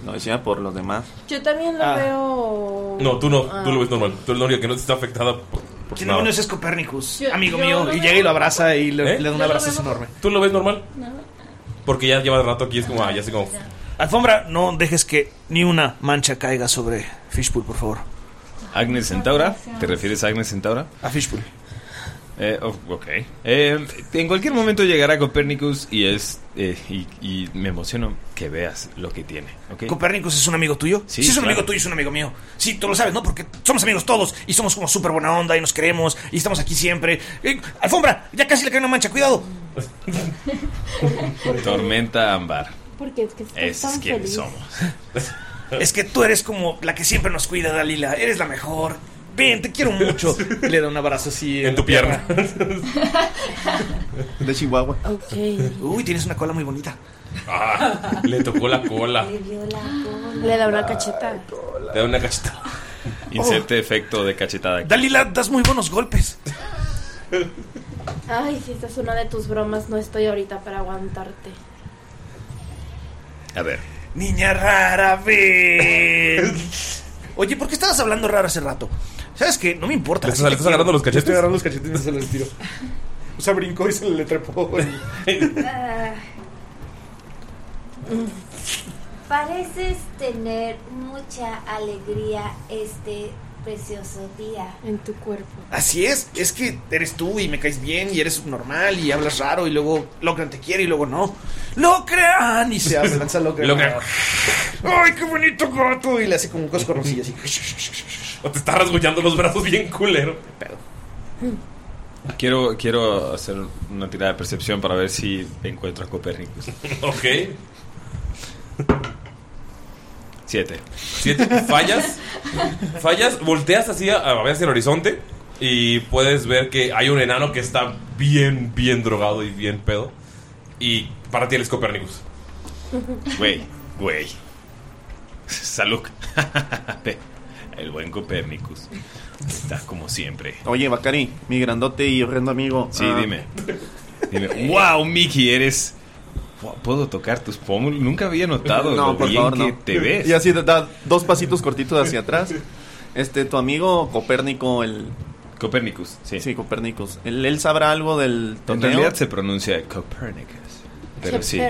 lo decía por los demás.
Yo también lo
Ah.
veo.
No, tú no,
Ah.
tú lo ves normal. Tú eres la única que no está afectada por, por
¿Quién
nada.
demonios es Copernicus?
Yo-
amigo
yo
mío.
lo
Y
veo-
llega y lo abraza y le,
¿Eh?
le da
Yo
un
lo
abrazo
veo-
enorme.
¿Tú lo ves normal?
No.
Porque ya lleva rato aquí, es como, ah, ya sé como.
Alfombra, no dejes que ni una mancha caiga sobre Fishpool, por favor.
Agnes Centaura. ¿Te refieres a Agnes Centaura?
A Fishpool.
Eh, oh, ok. Eh, en cualquier momento llegará Copernicus y es eh, y, y me emociono que veas lo que tiene. ¿ok?
¿Copernicus es un amigo tuyo?
Sí,
es un
claro.
amigo tuyo, es un amigo mío. Sí, tú lo sabes, ¿no? Porque somos amigos todos y somos como súper buena onda y nos queremos y estamos aquí siempre. Eh, ¡Alfombra! Ya casi le cae una mancha, cuidado.
Tormenta Ámbar.
Porque es que estás
Ese es
tan
quien
feliz.
somos.
Pues Es que tú eres como la que siempre nos cuida, Dalila. Eres la mejor. Ven, te quiero mucho. Le da un abrazo así en, tu pierna.
De Chihuahua.
Ok. Ah,
Uy, tienes una cola muy bonita.
Le tocó la cola.
Le da una cacheta.
Le da una cachetada. Oh.
Inserte efecto de cachetada. aquí.
Dalila, das muy buenos golpes.
Ay, si esta es una de tus bromas, no estoy ahorita para aguantarte.
A ver.
Niña rara, ven. Oye, ¿por qué estabas hablando raro hace rato? ¿Sabes qué? No me importa.
¿Le
así
estás-
te
le estás
quiero.
agarrando los cachetes?
Le Estoy agarrando los cachetes y se los tiro. O sea, brincó y se le trepó.
Ah. Pareces tener mucha alegría este precioso día.
En tu cuerpo.
Así es, es que eres tú y me caes bien y eres normal y hablas raro y luego Locran te quiere y luego no. ¡Locran! Y se abre, lanza Locran.
Locran.
¡Ay, qué bonito gato! Y le hace como un coscorroncillo así.
O te está rasguñando los brazos bien culero.
Quiero, quiero hacer una tirada de percepción para ver si encuentro a Copernicus.
Ok.
Siete.
Siete. Fallas. Fallas. Volteas hacia, a ver hacia el horizonte. Y puedes ver que hay un enano que está bien, bien drogado y bien pedo. Y para ti él es Copernicus.
Güey, güey. Salud. Ve, El buen Copernicus. Está como siempre.
Oye, Bacari, mi grandote y horrendo amigo.
Sí,
Ah,
dime. Dime. ¡Wow, Mickey! Eres. Wow, ¿Puedo tocar tus pómulos? Nunca había notado
No,
lo
por
bien
favor,
que
no.
te ves.
Y así da- da dos pasitos cortitos hacia atrás. Este, tu amigo Copérnico, el.
Copérnicus, sí.
Sí, Copérnicus. Él, él sabrá algo del
En
torneo.
realidad se pronuncia Copernicus. Pero sí.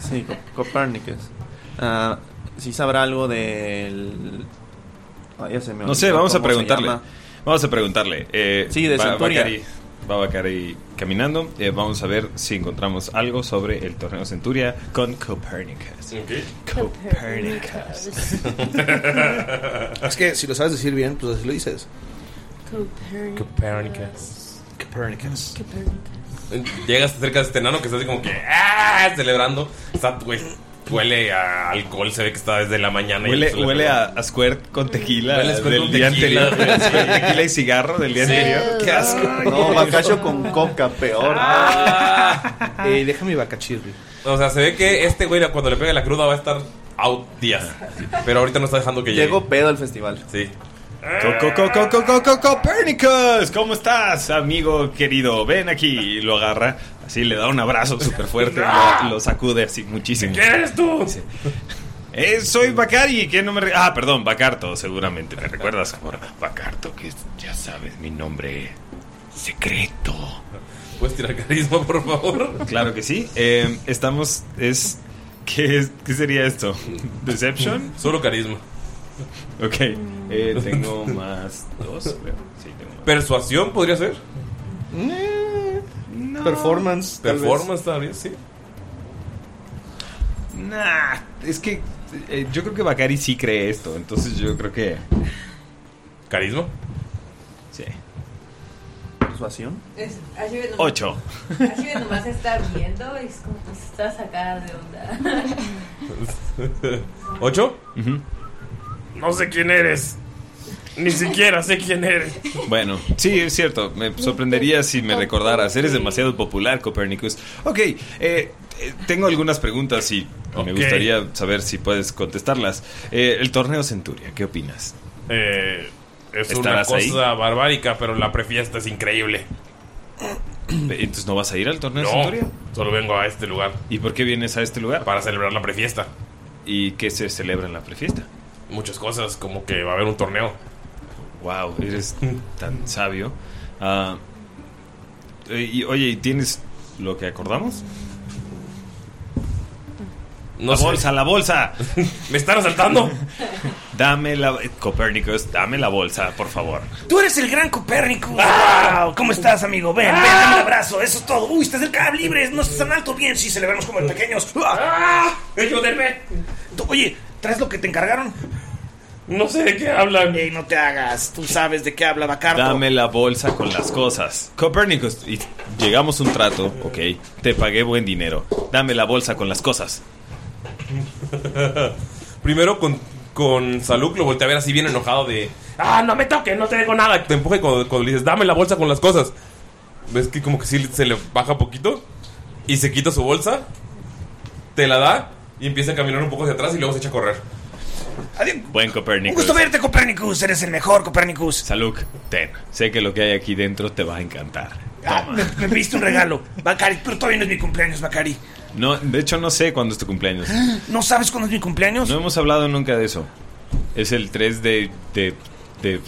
Sí, Co- Copérnicus. Ah, sí sabrá algo del. Ah, ya se me
No sé,
olvidó
vamos a
cómo se
preguntarle.
llama.
Vamos a preguntarle. Eh,
Sí, de
va-
Centuria.
Bacari- Va Bacari caminando. Eh, vamos a ver si encontramos algo sobre el torneo Centuria con Copernicus. Copernicus.
es que si lo sabes decir bien, pues así lo dices.
Copernicus.
Copernicus.
Copernicus.
Llegas cerca de este enano que está así como que ¡ah! celebrando. Está, güey, huele a alcohol, se ve que está desde la mañana. y
Huele,
eso le
huele
pegó.
a, a Squirt con tequila
Huele a Squirt
del
con
día
tequila,
anterior.
güey.
Squirt, tequila y cigarro del día
Sí.
anterior. ¡Qué asco!
No, Bacacho con coca, peor.
Eh, deja mi bacachirri.
O sea, se ve que este güey cuando le pegue la cruda va a estar out días.
Ah,
Pero ahorita no está dejando que llegue.
Llegó pedo al festival.
Sí.
Co- co- co- co- co- co- Copernicus, ¿cómo estás, amigo querido? Ven aquí y lo agarra. Así le da un abrazo súper fuerte. lo, lo sacude así muchísimo.
¿Quién eres tú?
Eh, soy Bacari, que no me... re- Ah, perdón, Bacarto, seguramente me recuerdas por Bacarto, que es- ya sabes mi nombre secreto.
¿Puedes tirar carisma, por favor?
Claro que sí. Eh, estamos... es ¿qué, es- ¿Qué sería esto? ¿Deception?
Solo carisma.
Ok, eh, tengo más dos, creo. Sí, tengo más.
¿Persuasión podría ser?
Performance. tal vez.
Performance también, sí.
Nah, es que eh, yo creo que Bacari sí cree esto, entonces yo creo que...
¿Carisma?
Sí.
Persuasión.
Es- así ve nomás-
Ocho.
Así ve nomás está viendo y es como pues, está sacada de onda.
¿Ocho?
No sé quién eres. Ni siquiera sé quién eres.
Bueno, sí, es cierto. Me sorprendería si me recordaras. Eres demasiado popular, Copernicus. Ok, eh, eh, tengo algunas preguntas y me gustaría saber si puedes contestarlas. Eh, el torneo Centuria, ¿qué opinas?
Eh, es una
¿Estarás ahí?
cosa barbárica, pero la prefiesta es increíble.
Entonces no vas a ir al torneo
No,
de Centuria. Solo vengo a este lugar. ¿Y por qué vienes a este lugar? Para celebrar la prefiesta. ¿Y qué se celebra en la prefiesta?
Muchas cosas, como que va a haber un torneo.
Wow, eres tan sabio. Ah, eh, y, oye, ¿y ¿tienes lo que acordamos?
No
la
sé.
bolsa, la bolsa.
Me están asaltando.
dame la Copérnicos, dame la bolsa, por favor.
Tú eres el gran Copérnico. Wow, ¿Cómo estás, amigo? Ven, ven, dame un abrazo. Eso es todo. Uy, estás del cab libre. No estás tan alto. Bien, sí, celebramos como de pequeños. ¡Ah! ¡Ayúdenme! Tú, Oye, ¿traes lo que te encargaron? No sé de qué hablan. Ey, no te hagas. Tú sabes de qué habla Bacardo.
Dame la bolsa con las cosas. Copérnicos, y llegamos a un trato, ok. Te pagué buen dinero. Dame la bolsa con las cosas.
Primero con, con Saluk lo volteé a ver así bien enojado de...
Ah, no me toques, no te dejo nada.
Te empuje cuando, cuando le dices, dame la bolsa con las cosas. ¿Ves que como que sí se le baja poquito? Y se quita su bolsa, te la da y empieza a caminar un poco hacia atrás y luego se echa a correr.
Buen
Un
Copérnicos.
gusto verte, Copérnicos. Eres el mejor, Copérnicos.
Saluk, ten. Sé que lo que hay aquí dentro te va a encantar.
Me, Ah, me pediste un regalo, Bacari, pero todavía no es mi cumpleaños, Bacari. Ah,
No, de hecho no sé cuándo es tu cumpleaños.
¿No sabes cuándo es mi cumpleaños?
No hemos hablado nunca de eso. Es el 3 de... de... de...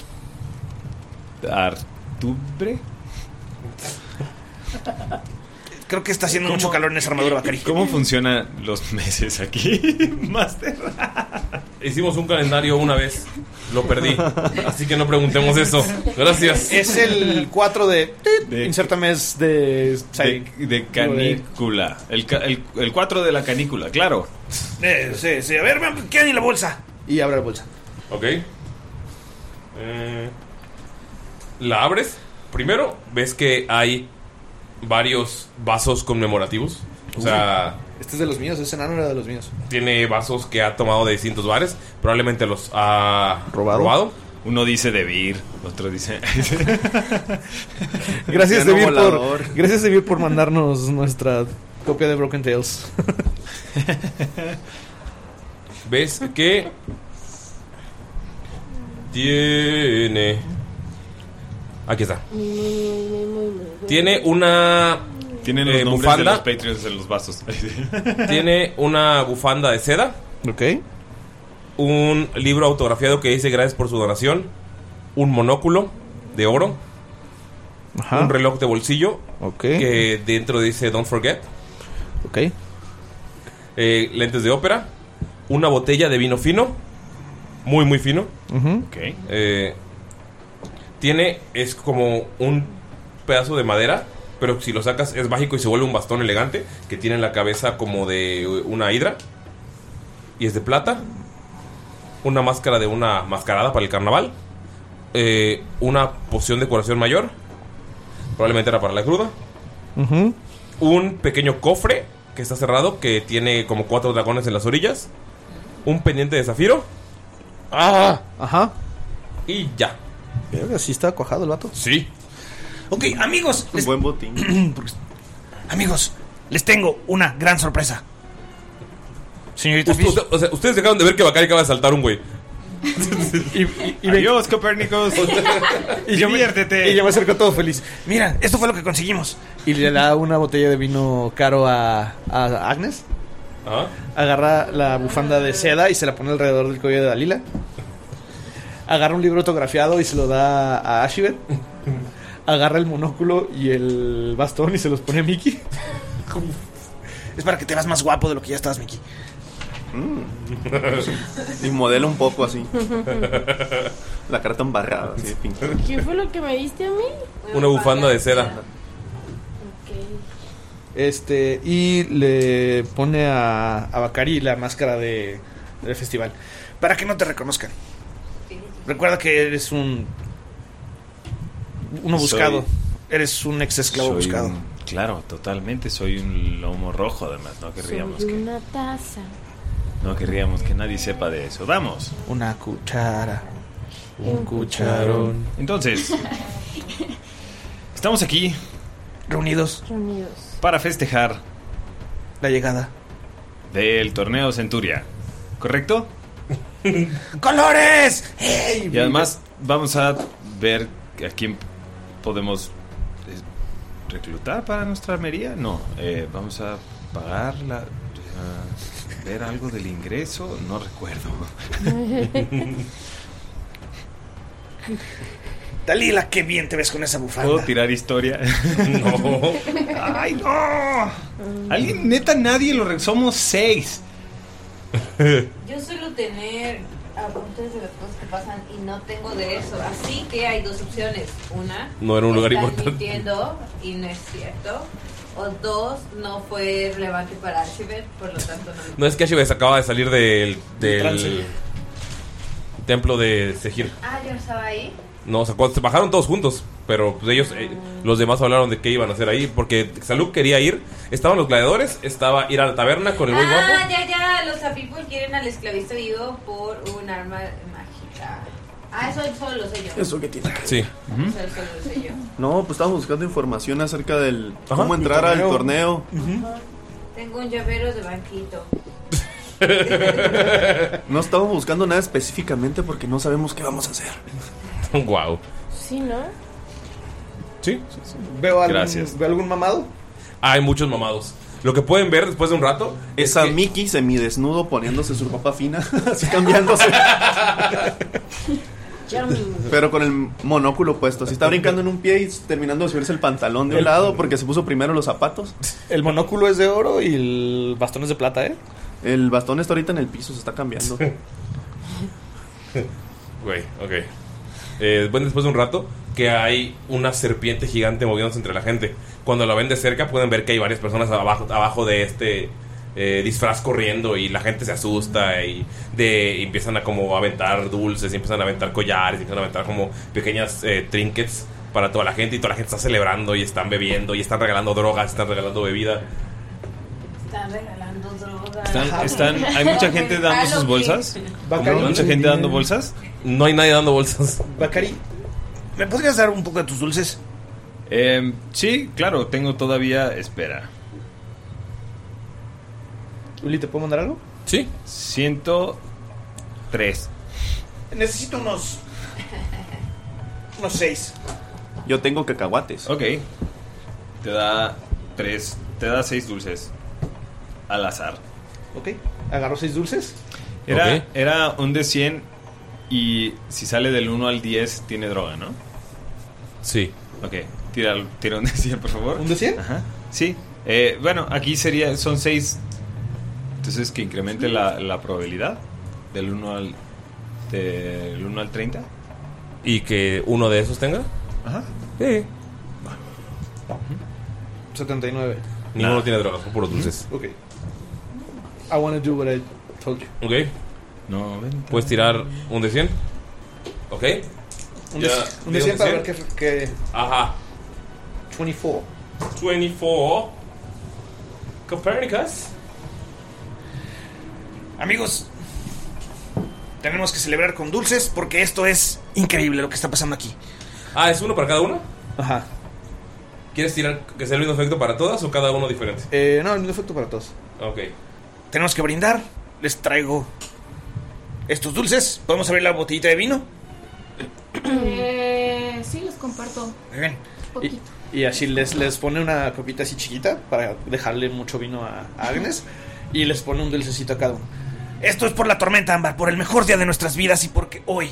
¿Artubre?
Creo que está haciendo mucho calor en esa armadura, Bacari.
¿Cómo funcionan los meses aquí? Master.
Hicimos un calendario una vez, lo perdí. Así que no preguntemos eso. Gracias.
Es el 4 de.
De-
Inserta mes de.
De, de canícula. El, ca- el, 4 de la canícula, claro.
Eh, sí, sí. A ver, vean, ¿qué hay en la bolsa?
Y abre la bolsa.
Ok. Eh, la abres. Primero, ves que hay varios vasos conmemorativos. O sea,
Este es de los míos, ese enano era de los míos.
tiene vasos que ha tomado de distintos bares. Probablemente los ha robado.
Uno dice debir, otro dice...
Gracias,
Cristiano
Devir,
volador.
por, gracias, Devir, por mandarnos nuestra copia de Broken Tales.
Ves que tiene. Aquí está. Tiene una.
Tienen los
eh,
nombres de
bufanda.
los Patreons en los vasos.
Tiene una bufanda de seda.
Ok.
Un libro autografiado que dice gracias por su donación. Un monóculo de oro.
Ajá.
Un reloj de bolsillo.
Ok.
Que dentro dice don't forget.
Ok.
Eh, lentes de ópera. Una botella de vino fino. Muy, muy fino.
Ujú.
Eh, tiene, es como un pedazo de madera, pero si lo sacas es mágico y se vuelve un bastón elegante que tiene la cabeza como de eh, una hidra. Y es de plata. Una máscara de una mascarada para el carnaval. eh, una poción de curación mayor. Probablemente era para la cruda.
Ujú.
Un pequeño cofre que está cerrado, que tiene como cuatro dragones en las orillas. Un pendiente de zafiro. ¡Ah!
Ajá.
Y ya.
Verga, sí está cuajado el vato.
Sí.
Ok, amigos. les-
Buen botín.
amigos, les tengo una gran sorpresa. Señorita
Usted- usted- o sea, ustedes dejaron de ver que Bakari acaba de saltar un güey.
y,
Adiós, Copérnicos.
y yo Me, y yo me acerco todo feliz.
Mira, esto fue lo que conseguimos.
Y le da una botella de vino caro a, a Agnes.
Ah.
Ajá.
Agarra la bufanda de seda y se la pone alrededor del cuello de Dalila. Agarra un libro autografiado y se lo da a Ashibet. Agarra el monóculo y el bastón y se los pone a Mickey.
Es para que te veas más guapo de lo que ya estás, Mickey.
y modela un poco así. La carta embarrada, así de pinta.
¿Qué fue lo que me diste a mí?
Una bufanda de seda.
Este, y le pone a, a Bakari la máscara de, del festival.
Para que no te reconozcan. Recuerda que eres un. Uno buscado. eres un ex esclavo
Soy
buscado.
un- claro, totalmente. Soy un lomo rojo, además. No querríamos,
Soy una taza.
no querríamos que nadie sepa de eso. Vamos.
Una cuchara.
Un
cucharón.
Entonces, estamos aquí.
Reunidos.
Reunidos.
Para festejar.
La llegada.
Del torneo Centuria. ¿Correcto?
¡Colores! ¡Ey!
Y además vamos a ver a quién podemos eh, reclutar para nuestra armería? No, eh, vamos a pagar la... a ver algo del ingreso, no recuerdo.
Dalila, qué bien te ves con esa
¿Puedo
bufanda.
tirar historia? no. ¡Ay, no! ¿Alguien, neta, nadie lo... re- Somos seis.
Yo suelo tener apuntes de las cosas que pasan y no tengo de eso. Así que hay dos opciones. Una,
No era un lugar
estás
importante.
mintiendo y no es cierto. O dos, no fue relevante para Archibald, por lo tanto no.
No es que Ashibes acaba de salir del, del
Trance.
templo de Sejir.
Ah, yo no estaba ahí.
No, o sea, cuando- se bajaron todos juntos, pero pues, ellos, eh, los demás hablaron de qué iban a hacer ahí, porque Salud quería ir, estaban los gladiadores, estaba ir a la taberna con el buen guapo.
Ah, ya, ya, los apipos quieren al esclavista vivo por un arma mágica. Ah, eso solo lo sé yo.
Eso que tiene que- Sí.
Eso solo lo sé yo.
No, pues estábamos buscando información acerca del
Ajá,
cómo
el
entrar al
torneo.
torneo.
Tengo un llavero de banquito.
No estábamos buscando nada específicamente porque no sabemos qué vamos a hacer.
Wow.
Sí, ¿no?
Sí.
Veo algún,
Gracias. Ah,
¿Veo algún mamado?
Hay muchos mamados. Lo que pueden ver después de un rato
es a Mickey semidesnudo poniéndose su ropa fina, así cambiándose, pero con el monóculo puesto. Así está brincando en un pie y terminando de subirse el pantalón de un lado porque se puso primero los zapatos.
El monóculo es de oro y el bastón es de plata, ¿eh?
El bastón está ahorita en el piso, se está cambiando.
Güey, ok. Eh, ven después de un rato que hay una serpiente gigante moviéndose entre la gente. Cuando la ven de cerca pueden ver que hay varias personas abajo, abajo de este eh, disfraz corriendo y la gente se asusta y, de, y empiezan a como aventar dulces, y empiezan a aventar collares, y empiezan a aventar como pequeñas eh, trinkets para toda la gente y toda la gente está celebrando y están bebiendo y están regalando drogas, están regalando bebida.
Están regalando drogas.
Están- están- hay mucha gente dando sus bolsas.
Bacari.
¿Hay mucha gente dando bolsas?
No hay nadie dando bolsas.
Bacari,
¿Me podrías dar un poco de tus dulces?
Eh, sí, claro, tengo todavía espera.
Uli, ¿te puedo mandar algo?
Sí.
103.
Necesito unos. unos seis.
Yo tengo cacahuates.
Ok. Te da 3, te da 6 dulces al azar.
Ok. Agarro seis dulces.
Era,
Ok.
era un de 100 y si sale del 1 al 10 tiene droga, ¿no?
Sí.
Ok, tira, tira un de 100, por favor.
¿Un de 100?
Ajá. Sí. Eh, bueno, aquí sería, son 6. Entonces que incremente la, la probabilidad del 1 al, del 1 al 30.
¿Y que uno de esos tenga?
Ajá.
Sí.
79.
Ninguno tiene drogas, son puros dulces.
Ok. I wanna do what I told you.
Ok. Puedes tirar un de 100. Ok.
Un
Ya,
de, un de
di
100 para ver
cien.
qué, qué-
Ajá.
24.
24. Copernicus.
Amigos, tenemos que celebrar con dulces porque esto es increíble lo que está pasando aquí.
Ah, ¿es uno para cada uno?
Ajá.
¿Quieres tirar que sea el mismo efecto para todas o cada uno diferente?
Eh, no, el mismo efecto para todos.
Ok.
Tenemos que brindar. Les traigo estos dulces. ¿Podemos abrir la botellita de vino?
Eh, sí, los comparto.
Muy bien.
Poquito.
Y así les, les pone una copita así chiquita para dejarle mucho vino a, a Agnes. Y les pone un dulcecito a cada uno.
Esto es por la tormenta ámbar, por el mejor día de nuestras vidas y porque hoy,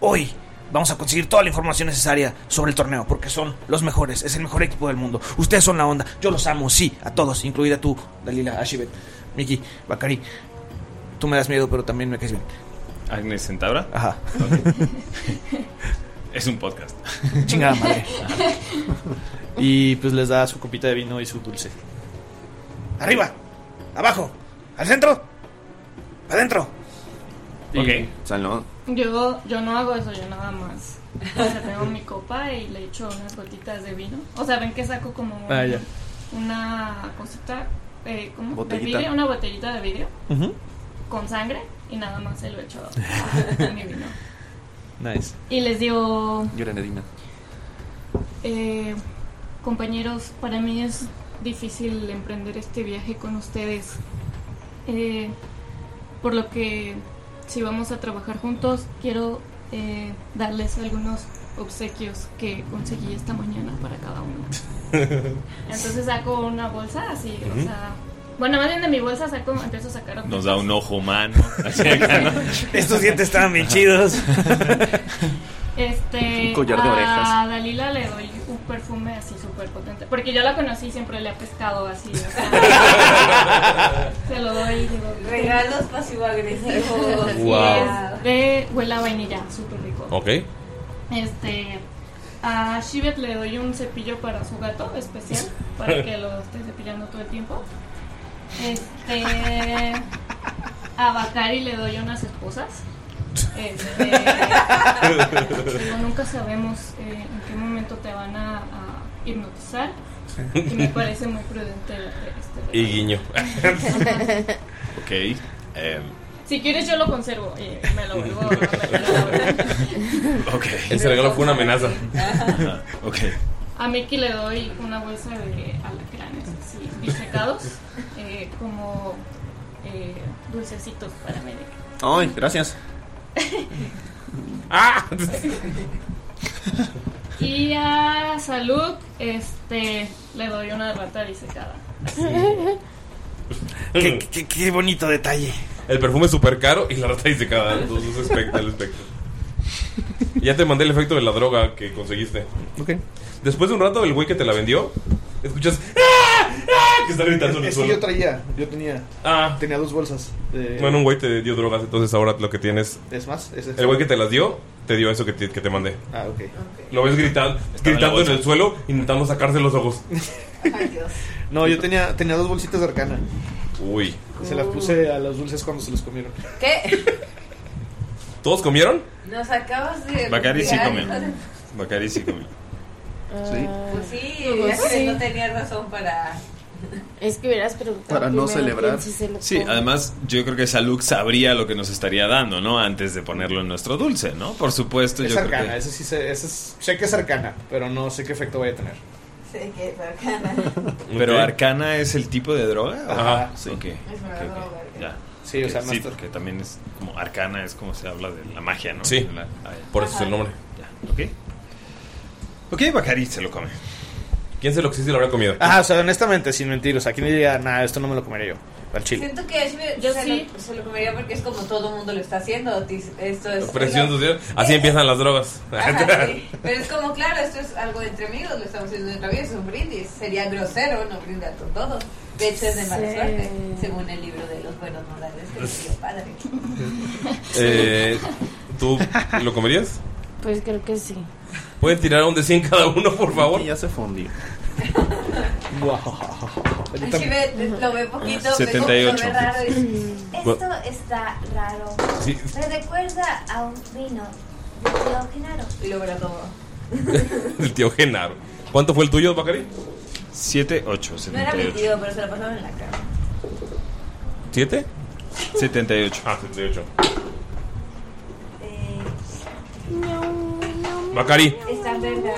hoy vamos a conseguir toda la información necesaria sobre el torneo, porque son los mejores, es el mejor equipo del mundo. Ustedes son la onda, yo los amo, sí, a todos, incluida tú, Dalila, Ashibet, Miki, Bakari. Tú me das miedo, pero también me caes bien.
Agnes Centaura.
Ajá.
Es un podcast.
Chingada madre. Y pues les da su copita de vino y su dulce.
Arriba, abajo, al centro, adentro.
Ok. Salón.
Yo, yo no hago eso, yo nada más. O sea, tengo mi copa y le echo unas gotitas de vino. O sea, ven que saco como un-
Ah, ya.
una cosita, eh, ¿cómo?
Botellita.
De vidrio, una botellita de vidrio con sangre y nada más se lo echo a mi vino.
Nice.
Y les digo,
Granadina.
eh, compañeros, para mí es difícil emprender este viaje con ustedes. Eh, por lo que si vamos a trabajar juntos, quiero eh, darles algunos obsequios que conseguí esta mañana para cada uno. Entonces saco una bolsa así,
Ujú.
o sea... Bueno, más bien de mi bolsa saco, empiezo a sacar objetos.
Nos da un ojo humano. Así acá, ¿no?
Estos dientes estaban bien chidos.
Este,
Un collar de
A
orejas.
Dalila le doy un perfume así súper potente. Porque yo la conocí y siempre le ha pescado así. o sea,
Ah!
se lo doy. digo,
Regalos pasivo-agresivos.
Así
Wow.
es, De huele a vainilla, súper rico.
Ok.
Este, a Shivet le doy un cepillo para su gato especial, para que lo esté cepillando todo el tiempo. Este, a Bakari le doy unas esposas. Este, digo, nunca sabemos eh, en qué momento te van a, a hipnotizar. Y me parece muy prudente este
Y guiño.
regalo.
ok. em,
Si quieres yo lo conservo y me lo vuelvo a me-
ok.
Ese regalo fue una amenaza.
Ajá, ok.
A Mickey le doy una bolsa de alacranes así, disecados, eh, como eh, dulcecitos para mí.
Ay, gracias.
¡Ah!
Y a Salud este, le doy una rata disecada.
qué, qué- qué bonito detalle.
Mm. El perfume es súper caro y la rata dice cada dos dos espectra, el espectro. Ya te mandé el efecto de la droga que conseguiste.
Ok. Eh.
Después de un rato, el güey que te la vendió, escuchas ¡Ah! ¡Ah! que está gritando en el
Es que yo
suelo. Ah.
traía, yo tenía. Tenía dos bolsas. de-
Bueno, un güey te dio drogas, entonces ahora lo que tienes.
Es más, es eso.
El güey que te las dio, te dio eso que te, que te mandé.
Ah, ok.
Lo ves gritar,
Estaba en la
gritando en
bolsa.
el suelo, intentando sacarse los ojos.
No, yo tenía, tenía dos bolsitas de arcana.
Uy.
Se las puse a los dulces cuando se los comieron.
¿Qué?
¿Todos comieron?
Nos acabas de.
Bacari sí
bloquear,
comió.
hijo de-
Bacari sí comió.
Pues sí,
Ah,
Pues
ya que
sí.
no tenía razón para.
Es que hubieras preguntado.
Para no
primero
celebrar.
quién Sí, se lo
Sí,
come.
además yo creo que Saluk sabría lo que nos estaría dando, ¿no? Antes de ponerlo en nuestro dulce, ¿no? Por supuesto,
Es
yo creo
arcana,
que...
ese sí se- ese es- sé que es arcana, pero no sé qué efecto vaya a tener.
Sé que es arcana.
Pero
Ok.
arcana es el tipo de droga.
Ajá,
Ok,
sí.
ok,
Es una
ok, ok,
droga,
Ya.
Sí, o
Que
sea,
sí,
Master.
que también es como arcana, es como se habla de la magia, ¿no?
Sí,
De la- ah, ya.
por eso es el nombre.
Ya, ok. Ok, Bacari se lo come.
¿Quién se lo existe y lo habrá comido?
Ah, o sea, honestamente, sin mentir, o sea, aquí no diría, nada, esto no me lo comeré yo. Al chile.
Siento que es,
Yo
se,
sí.
lo, se lo comería porque es como todo el mundo lo está haciendo. tis- Esto es.
Presión social. Así empiezan las drogas.
Ajá, sí. Pero es como, claro, esto es algo de entre amigos, lo estamos haciendo entre amigos, es un brindis. Sería grosero no brindar con todo. De hecho, es de mala
Sí.
suerte, según el libro de los buenos modales de mi padre.
Eh, ¿Tú lo comerías?
Pues creo que sí.
Pueden tirar un de 100 cada uno, por favor.
ya se fundió.
wow.
Así ve, lo ve poquito, ve
78.
lo ve raro y dice,
Esto está raro.
Sí.
Me recuerda a un vino de tío Genaro.
Y lo verá todo.
El tío Genaro. ¿Cuánto fue el tuyo, Bacari?
7, 8,
No era
78.
mentido, pero se lo pasaron en la cara.
¿Siete?
78.
Ah, 78.
No,
Bacari,
Está verga.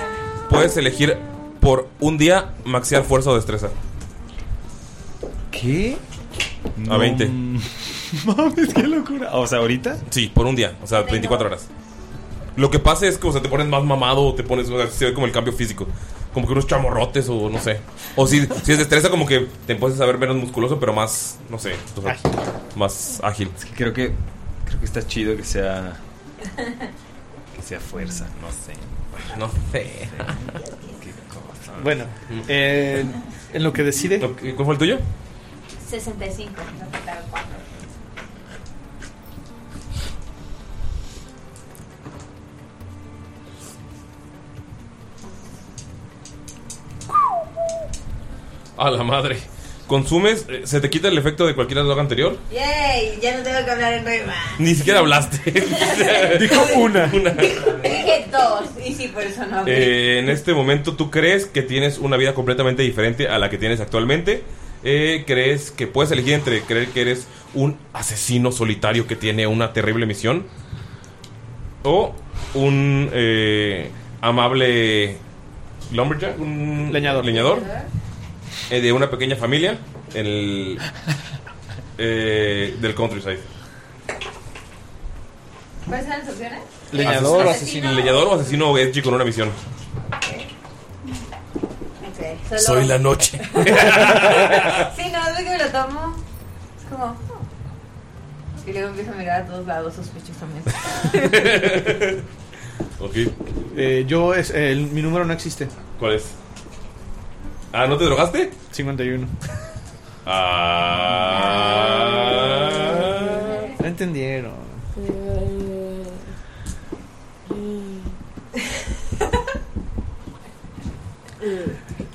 puedes elegir por un día maxear fuerza o destreza.
¿Qué?
A
No.
20.
Mames, qué locura. O sea, ahorita.
Sí, por un día. O sea, 24 horas. Lo que pasa es que o sea, te pones más mamado o te pones. o sea, se ve como el cambio físico. Como que unos chamorrotes o no sé. O si, si es destreza, como que te empiezas a ver menos musculoso, pero más. No sé. o sea, Más ágil.
Creo que, creo que está chido que sea. Que sea fuerza, no sé.
No sé.
Qué cosa.
Bueno, eh, en lo que decide.
¿Cuál fue el tuyo?
65, no faltaron cuatro.
A la madre. Consumes, eh, se te quita el efecto de cualquier droga anterior.
¡Yay! Ya no tengo que hablar en rima.
Ni siquiera hablaste. Dijo una.
Dije dos. Y sí, por eso no hablé.
Eh, en este momento tú crees que tienes una vida completamente diferente a la que tienes actualmente. Eh, crees que puedes elegir entre creer que eres un asesino solitario que tiene una terrible misión o un eh, amable lumberjack, un leñador, eh, de una pequeña familia en el, eh, del countryside.
¿Cuáles eran las opciones?
Leñador, asesino. Leñador o asesino Edgy con una misión.
Ok, solo-
noche.
Sí, no, es lo que me lo tomo. Es como. oh. Y luego empiezo a mirar a todos lados sospechosamente.
Eh, yo es. el- mi número no existe.
¿Cuál es? Ah, ¿no te drogaste?
51.
Ah.
No entendieron.
¿Qué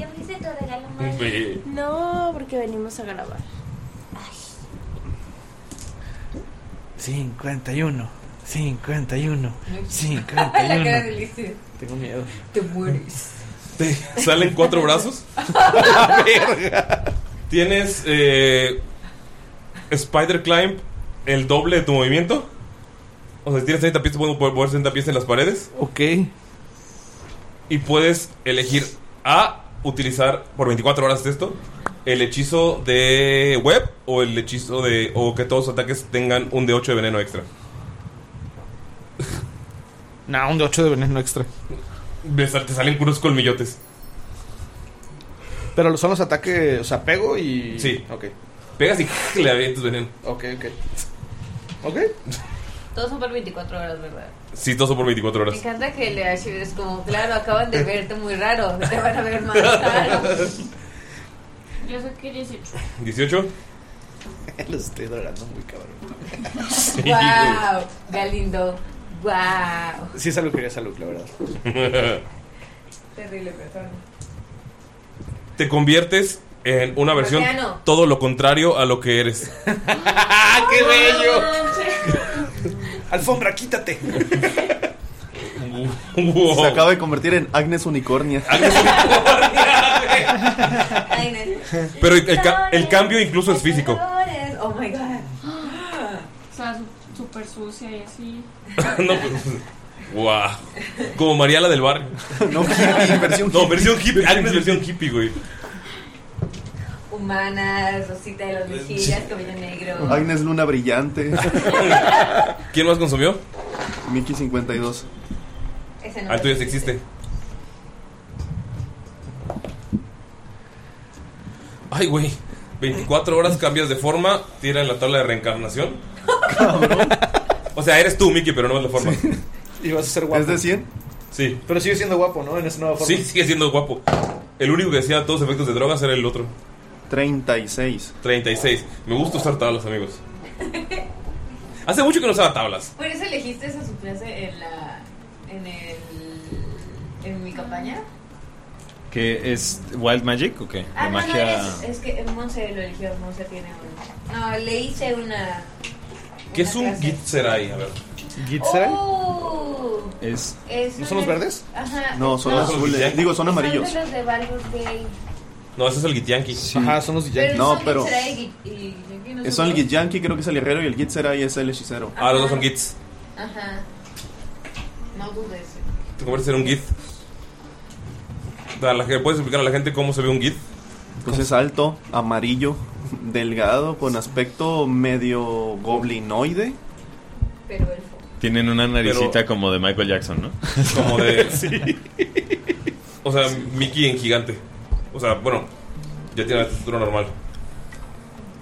abriste tu regalo, Mari?
Ve.
No, porque venimos a grabar.
51. 51.
La cara
51.
de Ulises.
Tengo miedo.
Te mueres.
Te salen cuatro brazos. Tienes eh, Spider Climb el doble de tu movimiento. O sea, si tienes 30 pies, puedes mover 60 pies en las paredes.
Ok.
Y puedes elegir a utilizar por 24 horas de esto el hechizo de web o el hechizo de. o que todos los ataques tengan un de 8 de veneno extra.
Nah, un de 8 de veneno extra.
Te sal- te salen puros colmillotes.
Pero son los ataques. O sea, pego y.
Sí.
Ok.
Pegas y le avientas veneno.
Ok, ok. Ok.
Todos son por 24 horas, ¿verdad?
Sí, todo por 24
Me
horas.
encanta que le es como, claro, acaban de verte muy raro. Te van a ver más raro.
Yo sé que 18.
18.
Lo estoy drogando muy cabrón.
Sí, güey.
¡Wow! Galindo. ¡Wow!
Sí, es algo que quería salud, la verdad.
Terrible persona.
Te conviertes en una versión
Marciano.
todo lo contrario a lo que eres.
¡Ah, qué bello!
Alfombra, quítate.
Se acaba de convertir en Agnes Unicornia.
Ay, no.
Pero el, el ca- el cambio incluso es físico.
Flores. Oh my god.
O sea, su- súper sucia y así.
No, pues, guau. Como Mariala del barrio. No, versión hippie. No, versión hippie. Agnes versión hippie, güey.
Humanas, rosita de las mejillas, cabello negro.
Agnes Luna Brillante.
¿Quién más consumió?
Mickey 52.
Ese
Ah, el tuyo sí existe. Ay, güey. 24 horas cambias de forma, tira en la tabla de reencarnación. O sea, eres tú, Mickey, pero no es la forma.
Y vas a ser guapo.
¿Es de 100? Sí.
Pero sigue siendo guapo, ¿no? En esa nueva forma.
Sí, sigue siendo guapo. El único que hacía todos los efectos de drogas era el otro. 36. 36. Me gusta usar tablas, amigos. Hace mucho que no usaba tablas.
Por eso elegiste esa su clase en la. en el. en mi campaña.
¿Qué es Wild Magic o qué?
Ah,
La
no, no,
magia.
es-
Es que Monse lo eligió, Monse tiene un.
No, le hice una.
¿Qué es un Gitzerai? A ver.
Oh,
Es.
es
¿No son los
una-
verdes?
Ajá.
No, son los azules.
Eh, Digo, son amarillos.
Son de los de Balbos Gay.
No, ese es el Gityanki.
Ajá, son los
Pero
No,
son
pero.
Gitzerai y Git- y Gityanki, ¿no
Son el
los-
Git Yankee, creo que es el guerrero, y el Git Serai es el hechicero.
Ah, los dos son Gits.
Ajá. No dudes.
Te conviertes en un Git. Da, la que- ¿Puedes explicar a la gente cómo se ve un Git?
Pues es alto, amarillo, delgado, con aspecto medio goblinoide.
Pero elfo.
Tienen una naricita
Pero-
como de Michael Jackson, ¿no?
Como de. O sea, Mickey en gigante. O sea, bueno, ya tiene la estructura normal.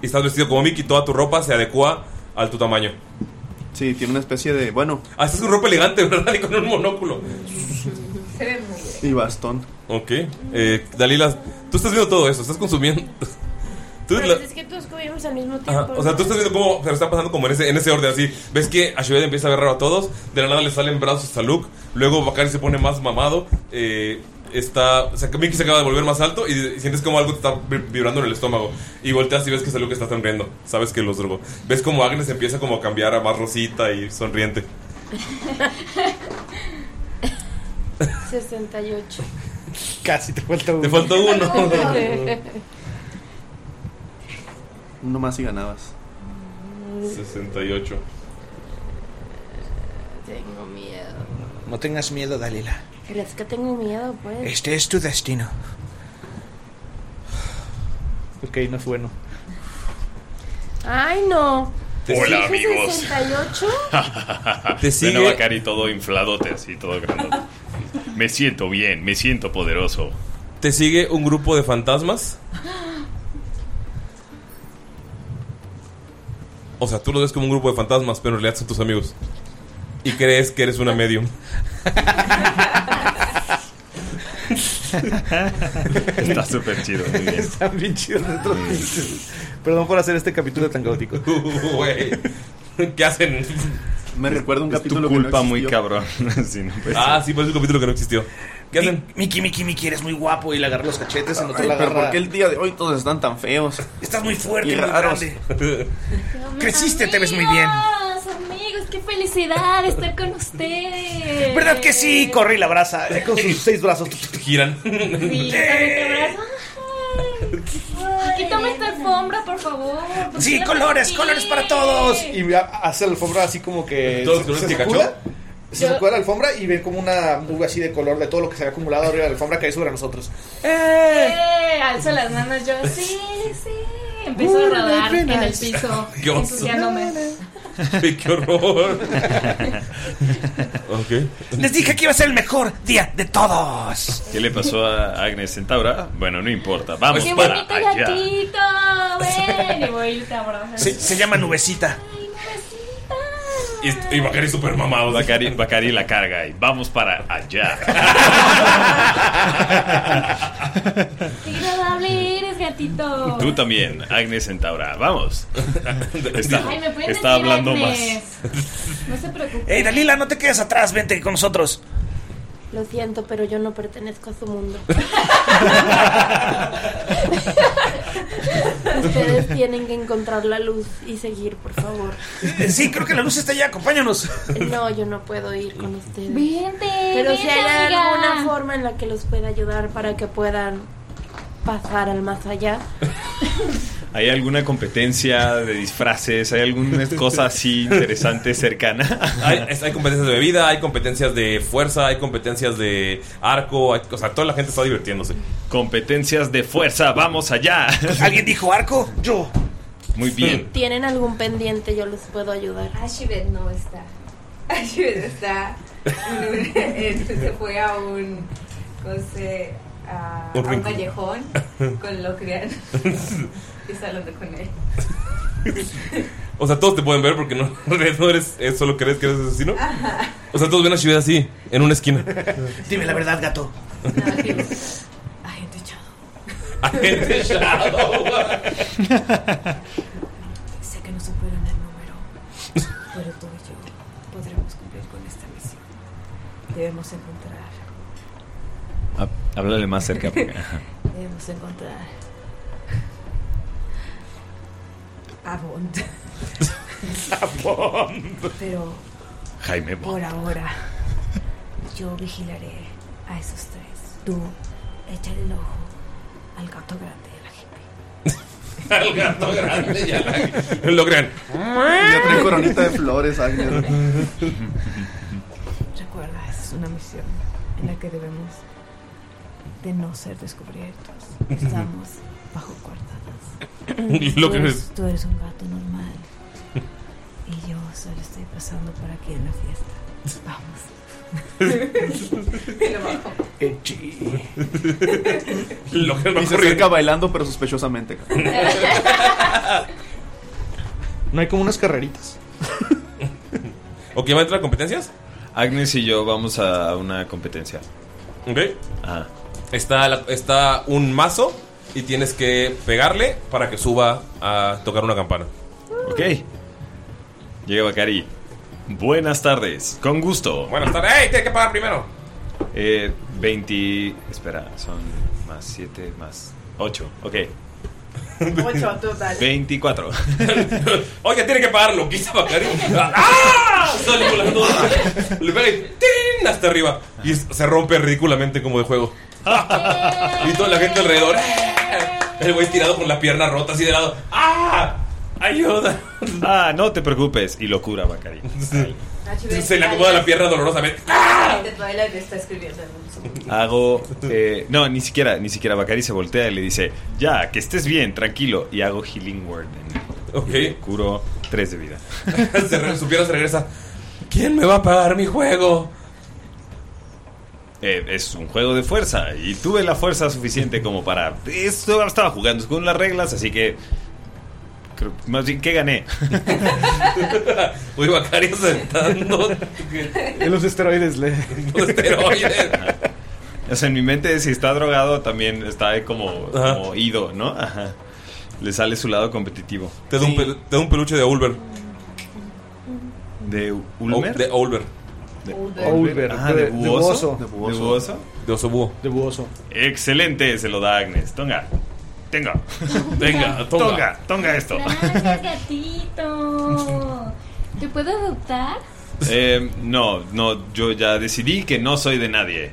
Y estás vestido como Mickey, toda tu ropa se adecua al tu tamaño.
Sí, tiene una especie de. Bueno.
Ah, esta es una ropa elegante, ¿verdad? Y con un monóculo.
Se ve muy bien.
Y bastón.
Ok. Eh, Dalila, tú estás viendo todo eso, estás consumiendo. Tú
Pero
la-
pues es que todos comimos al mismo tiempo.
Ajá, O sea, tú estás viendo cómo se lo está pasando como en ese, en ese orden así. Ves que Ashibet empieza a ver raro a todos, de la nada le salen brazos a Luke, luego Bakari se pone más mamado, eh, está, o sea, que Mickey se acaba de volver más alto y, y sientes como algo te está vi- vibrando en el estómago. Y volteas y ves que Luke está sonriendo, sabes que los drogó. Ves como Agnes empieza como a cambiar a más rosita y sonriente.
68.
Casi te falta uno.
Te faltó uno.
Yo
uno más y ganabas.
68.
Tengo miedo.
No tengas miedo, Dalila.
Es que tengo miedo, pues.
Este es tu destino. Ok, no es bueno.
Ay, no.
Te
Hola,
Dije
amigos.
68.
Te
sigue. Bueno, Bacari todo infladote, así, todo grandote. Me siento bien, me siento poderoso.
Te sigue un grupo de fantasmas. O sea, tú lo ves como un grupo de fantasmas, pero en realidad son tus amigos. Y crees que eres una medium.
Está súper chido. muy bien.
Están bien chidos nuestros pinches. Perdón por hacer este capítulo tan caótico.
Güey. ¿Qué hacen?
Me recuerda un capítulo que no existió.
Sí, no
puede
ah,
ser.
sí, pues es un capítulo que no existió. ¿Qué hacen?
Miki, Miki, Miki, eres muy guapo. Y le agarré los cachetes en otro
Ay,
la
pero
agarra-
¿por qué el día de hoy todos están tan feos?
Estás muy fuerte,
Y
muy
raros.
Creciste, te ves muy bien.
Amigos, amigos, qué felicidad estar con ustedes.
¿Verdad que sí? Corre y la abraza. eh, Con sus seis brazos.
Giran.
Sí, también te abrazo. Quítame esta alfombra, por favor. ¿Por qué
Sí,
la
colores,
rompí?
colores para todos. Y me hace la alfombra así como que.
Todos
se-
colores
se
que
sacúa,
cachó.
Se sacuda la alfombra y ven como una nube así de color de todo lo que se había acumulado arriba de la alfombra cae sobre nosotros.
¡Eh! Alzo las manos yo. Sí, sí. Empiezo a
Burro de
rodar en el
penas.
piso.
Dios.
Ensuciándome.
¡Qué horror! ok.
Les dije que iba a ser el mejor día de todos.
¿Qué le pasó a Agnes Centaura? Bueno, no importa. Vamos
¡Qué
para
bonito
allá.
gatito! Ven, y voy y te abrazo.
Se, se llama Nubecita.
Y, Bacari super mamado.
Bacari, la carga y vamos para allá.
¡Qué agradable eres, gatito!
Tú también, Agnes Centaura. Vamos. Está,
Ay, ¿me pueden
está
decir
hablando más.
Agnes? No se preocupen.
Ey, Dalila, no te quedes atrás, vente con nosotros.
Lo siento, pero yo no pertenezco a su mundo. Ustedes tienen que encontrar la luz y seguir, por favor.
Eh, Sí, creo que la luz está allá, acompáñanos.
No, yo no puedo ir con ustedes.
Vente,
Pero si
vente,
hay
amiga.
alguna forma en la que los pueda ayudar para que puedan pasar al más allá.
¿Hay alguna competencia de disfraces? ¿Hay alguna cosa así interesante cercana?
Hay, es- hay competencias de bebida, hay competencias de fuerza, hay competencias de arco. hay- o sea, toda la gente está divirtiéndose.
Competencias de fuerza, vamos allá.
¿Alguien dijo arco? Yo.
Muy bien.
¿Tienen algún pendiente? Yo los puedo ayudar.
Ashibet no está. Ashibet está. en un- en- se fue a un. No sé. A,
Un
a un
rincón.
callejón con Locrian. y está hablando con él.
O sea, todos te pueden ver porque no, no eres, es solo crees que eres asesino.
Ajá.
O sea, todos ven a Shibet así, en una esquina.
Dime la verdad, gato.
Agente Shadow.
Agente Shadow.
sé que no superan el número. Pero tú y yo podremos cumplir con esta misión. Debemos encontrar.
Háblale más cerca.
pues.
porque- ajá.
Debemos encontrar. A Bond. Pero
Jaime Bond.
por ahora, yo vigilaré a esos tres. Tú, échale el ojo al gato grande de la gente.
Al gato grande ya la- Lo crean.
Ya trae coronita de flores, Agnes.
Recuerda, esa es una misión en la que debemos de no ser descubiertos. Estamos bajo cuartadas.
Lo
tú,
que
eres,
es-
tú eres un gato normal. Y yo solo estoy pasando por aquí en la fiesta. Vamos.
Qué chido.
Lo que
y se acerca bailando, pero sospechosamente.
No hay como unas carreritas.
¿O quién va a entrar a competencias?
Agnes y yo vamos a una competencia.
Ok. Está, la- está un mazo y tienes que pegarle para que suba a tocar una campana.
Ok. Llega Bacari. Buenas tardes. Con gusto.
Buenas tardes. ¡Ey! Tienes que pagar primero.
Eh, 20. Espera, son más 7, más 8. Ok.
Ocho total.
24.
Oiga, tiene que pagarlo. ¿Qué hizo Bacari? ¡Ah! Sale volando. Le pega y ¡tin! hasta arriba. Y es- se rompe ridículamente como de juego. y toda la gente alrededor. El güey tirado con la pierna rota así de lado. ¡Ah! ¡Ayuda!
Ah, no te preocupes. Y locura, Bacari.
Se le acomoda la pierna dolorosamente.
De Twilight está escribiendo en un-
Hago. eh, no, ni siquiera, ni siquiera Bacari se voltea y le dice: Ya, que estés bien, tranquilo. Y hago Healing Word en Ok. Curo 3 de vida.
Se re- Supieron, se regresa. ¿Quién me va a pagar mi juego?
Eh, es un juego de fuerza y tuve la fuerza suficiente como para... Esto estaba jugando con las reglas, así que... creo- más bien, ¿qué gané?
Uy, Bacario sentando.
En los esteroides, le. Los esteroides. O sea, en mi mente, si está drogado, también está ahí como,
Ajá.
como ido, ¿no? Ajá. Le sale su lado competitivo.
Te da un, pel- te da un peluche de Ulver.
¿De Ulmer?
O- de Ulver.
De
Olver.
Ah,
De-
de
de
Buoso.
Buoso.
De
De
Buoso.
Buoso.
De oso búho.
De buoso.
Excelente, se lo da Agnes. Tonga. Tenga.
Tenga, tonga.
Tonga, tonga esto.
Gracias, gatito. ¿Te puedo adoptar?
Eh, no, no, yo ya decidí que no soy de nadie.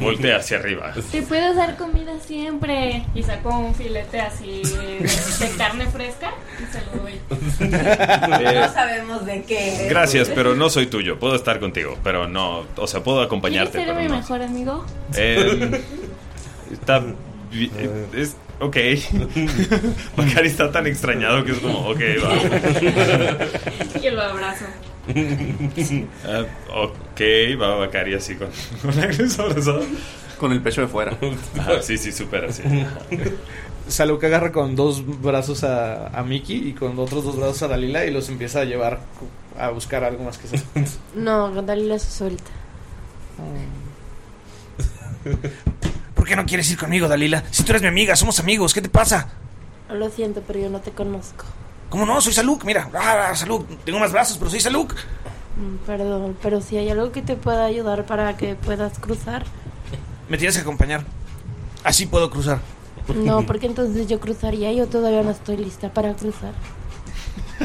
Voltea hacia arriba.
Te puedo dar comida siempre. Y saco un filete así de carne fresca y se lo doy.
Eh,
No sabemos de qué. eres.
gracias, pero no soy tuyo. Puedo estar contigo, pero no, o sea, puedo
¿Quieres
acompañarte.
ser
Pero
Este mi
no.
mejor amigo?
Eh, está. bi- eh, Es, ok. Bacari está tan extrañado que es como, ok, va.
Y lo abrazo.
Ah, ok, va Bacari así con, con Agnes abrazado.
Con el pecho de fuera.
Ah, sí, sí, súper así.
Saluk agarra con dos brazos a, a Mickey y con otros dos brazos a Dalila y los empieza a llevar a buscar algo más que eso.
No, Dalila se suelta.
Ah. ¿Por qué no quieres ir conmigo, Dalila? Si tú eres mi amiga, somos amigos, ¿qué te pasa?
Lo siento, pero yo no te conozco.
¿Cómo no? Soy Saluk, mira. Ah, ah, Saluk, tengo más brazos, pero soy Saluk.
Mm, Perdón, pero si hay algo que te pueda ayudar para que puedas cruzar.
Me tienes que acompañar. Así puedo cruzar.
No, porque entonces yo cruzaría. Yo todavía no estoy lista para cruzar.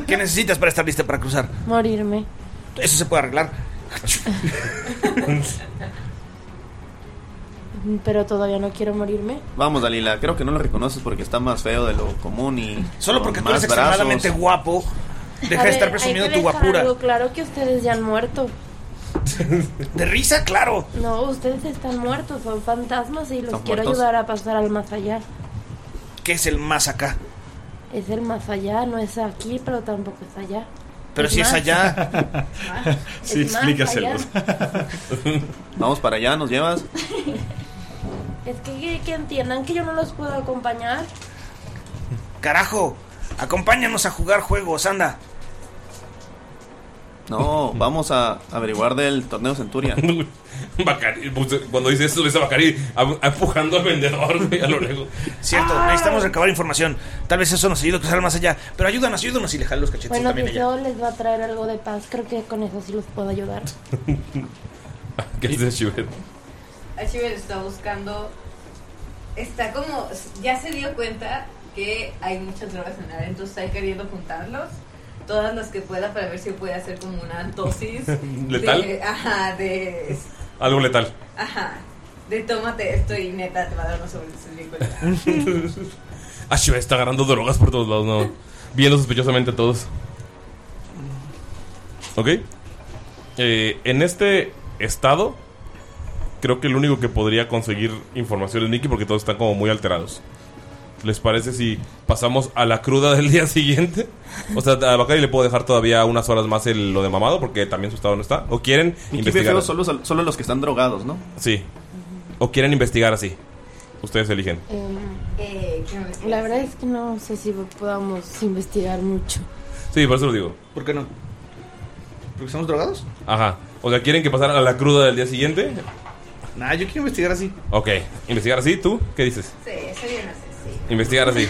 ¿Qué necesitas para estar lista para cruzar?
Morirme.
Eso se puede arreglar.
Mm, Pero todavía no quiero morirme.
Vamos, Dalila, creo que no lo reconoces porque está más feo de lo común y.
Solo
con
porque tú
más
eres extremadamente
brazos.
guapo. Deja
A
de
ver,
estar
hay
presumiendo
que
tu
dejar
guapura.
algo claro que ustedes ya han muerto.
De risa, claro.
No, ustedes están muertos, son fantasmas y los
¿Están
quiero
muertos?
ayudar a pasar al más allá.
¿Qué es el más acá?
Es el más allá, no es aquí, pero tampoco es allá.
Pero si es
más.
allá.
Sí, Es más explícaselos.
Vamos para allá, nos llevas.
Es que, que, que entiendan que yo no los puedo acompañar.
Carajo, acompáñanos a jugar juegos, anda.
No, vamos a averiguar del torneo Centuria.
Bacari, pues, cuando dice esto, ves a Bacari a- a- empujando al vendedor, güey, a lo lejos.
Cierto,
Ah.
necesitamos recabar información. Tal vez eso nos ayude a cruzar más allá. Pero ayúdanos, ayúdanos y le jalo los cachetes
bueno,
también
pues
a ella.
yo les va a traer algo de paz, creo que con eso sí los puedo ayudar.
¿Qué haces, Shiver?
Archibald está buscando. Está como. Ya se dio cuenta que hay muchas drogas en el área, entonces está queriendo juntarlos. Todas las que pueda para ver si puede hacer como una dosis.
¿Letal?
De, ajá, de.
Algo letal.
Ajá. De tómate esto y neta te va a dar una sobredosis bien culera.
Ah, Shiver está agarrando drogas por todos lados, no. Viendo sospechosamente a todos. Ok. Eh, en este estado, creo que el único que podría conseguir información es Nicky porque todos están como muy alterados. ¿Les parece si pasamos a la cruda del día siguiente? O sea, a Bacari le puedo dejar todavía unas horas más el- lo de mamado porque también su estado no está. ¿O quieren
Y qué
investigar?
feo, solo, solo los que están drogados, ¿no?
Sí. ¿O quieren investigar así? Ustedes eligen.
la verdad es que no sé si podamos investigar mucho.
Sí, por eso lo digo.
¿Por qué no? ¿Porque estamos drogados?
Ajá. O sea, ¿quieren que pasar a la cruda del día siguiente?
Nah, yo quiero investigar así.
Ok. ¿Investigar así? ¿Tú? ¿Qué dices?
Sí, eso yo no sé.
Investigar así.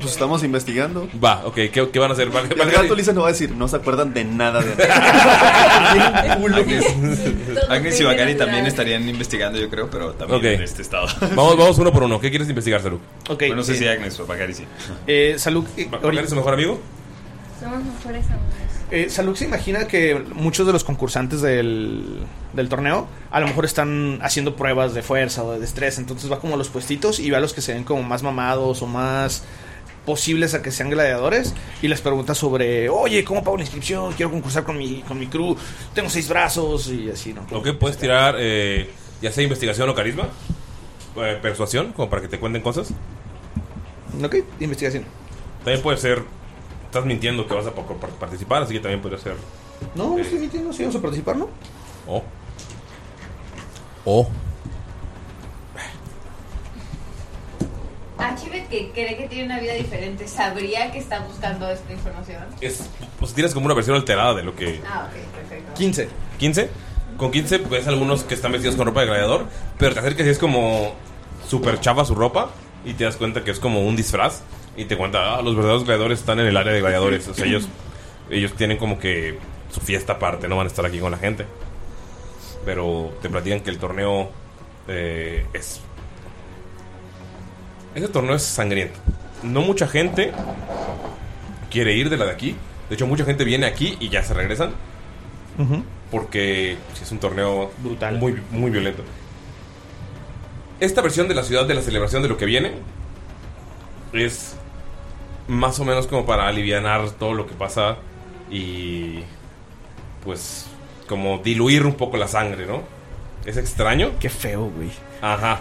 Pues estamos investigando.
Va, ok. ¿Qué, qué van a hacer? Vale,
El gato Lisa no va a decir, no se acuerdan de nada de
Agnes, Agnes y Bacari
natural.
también estarían investigando, yo creo, pero también
Ok.
en este estado.
Vamos, vamos uno por uno. ¿Qué quieres investigar, Salud?
Ok.
Bueno, no sé si Agnes o Bacari sí.
Eh, Saluk.
¿Bacari es su mejor amigo?
Somos mejores amigos.
Eh, Saluk se imagina que muchos de los concursantes del, del torneo a lo mejor están haciendo pruebas de fuerza o de destreza, entonces va como a los puestitos y ve a los que se ven como más mamados o más posibles a que sean gladiadores y les pregunta sobre, oye, ¿cómo pago la inscripción? Quiero concursar con mi, con mi crew, tengo seis brazos y así, ¿no?
Ok, puedes tirar eh, ya sea investigación o carisma. Eh, persuasión, como para que te cuenten cosas.
Ok, investigación.
También puede ser. Estás mintiendo que vas a pa- pa- participar, así que también podría ser.
No, no estoy mintiendo, sí vamos a participar, ¿no?
O. O.
Archibald, Ah, que cree que tiene una vida diferente, ¿sabría que está buscando esta información?
Es, pues tienes como una versión alterada de lo que.
Ah, ok, perfecto.
15. 15. Con 15 ves algunos que están vestidos con ropa de gladiador, pero te acercas y es como super chava su ropa y te das cuenta que es como un disfraz y te cuenta, ah, los verdaderos gladiadores están en el área de gladiadores, o sea, ellos ellos tienen como que su fiesta aparte, no van a estar aquí con la gente. Pero te platican que el torneo eh, es ese torneo es sangriento. No mucha gente quiere ir de la de aquí. De hecho, mucha gente viene aquí y ya se regresan porque sí, es un torneo brutal, muy, muy violento. Esta versión de la ciudad de la celebración de lo que viene es más o menos como para aliviar todo lo que pasa y pues como diluir un poco la sangre, ¿no? Es extraño.
Qué feo, güey.
Ajá.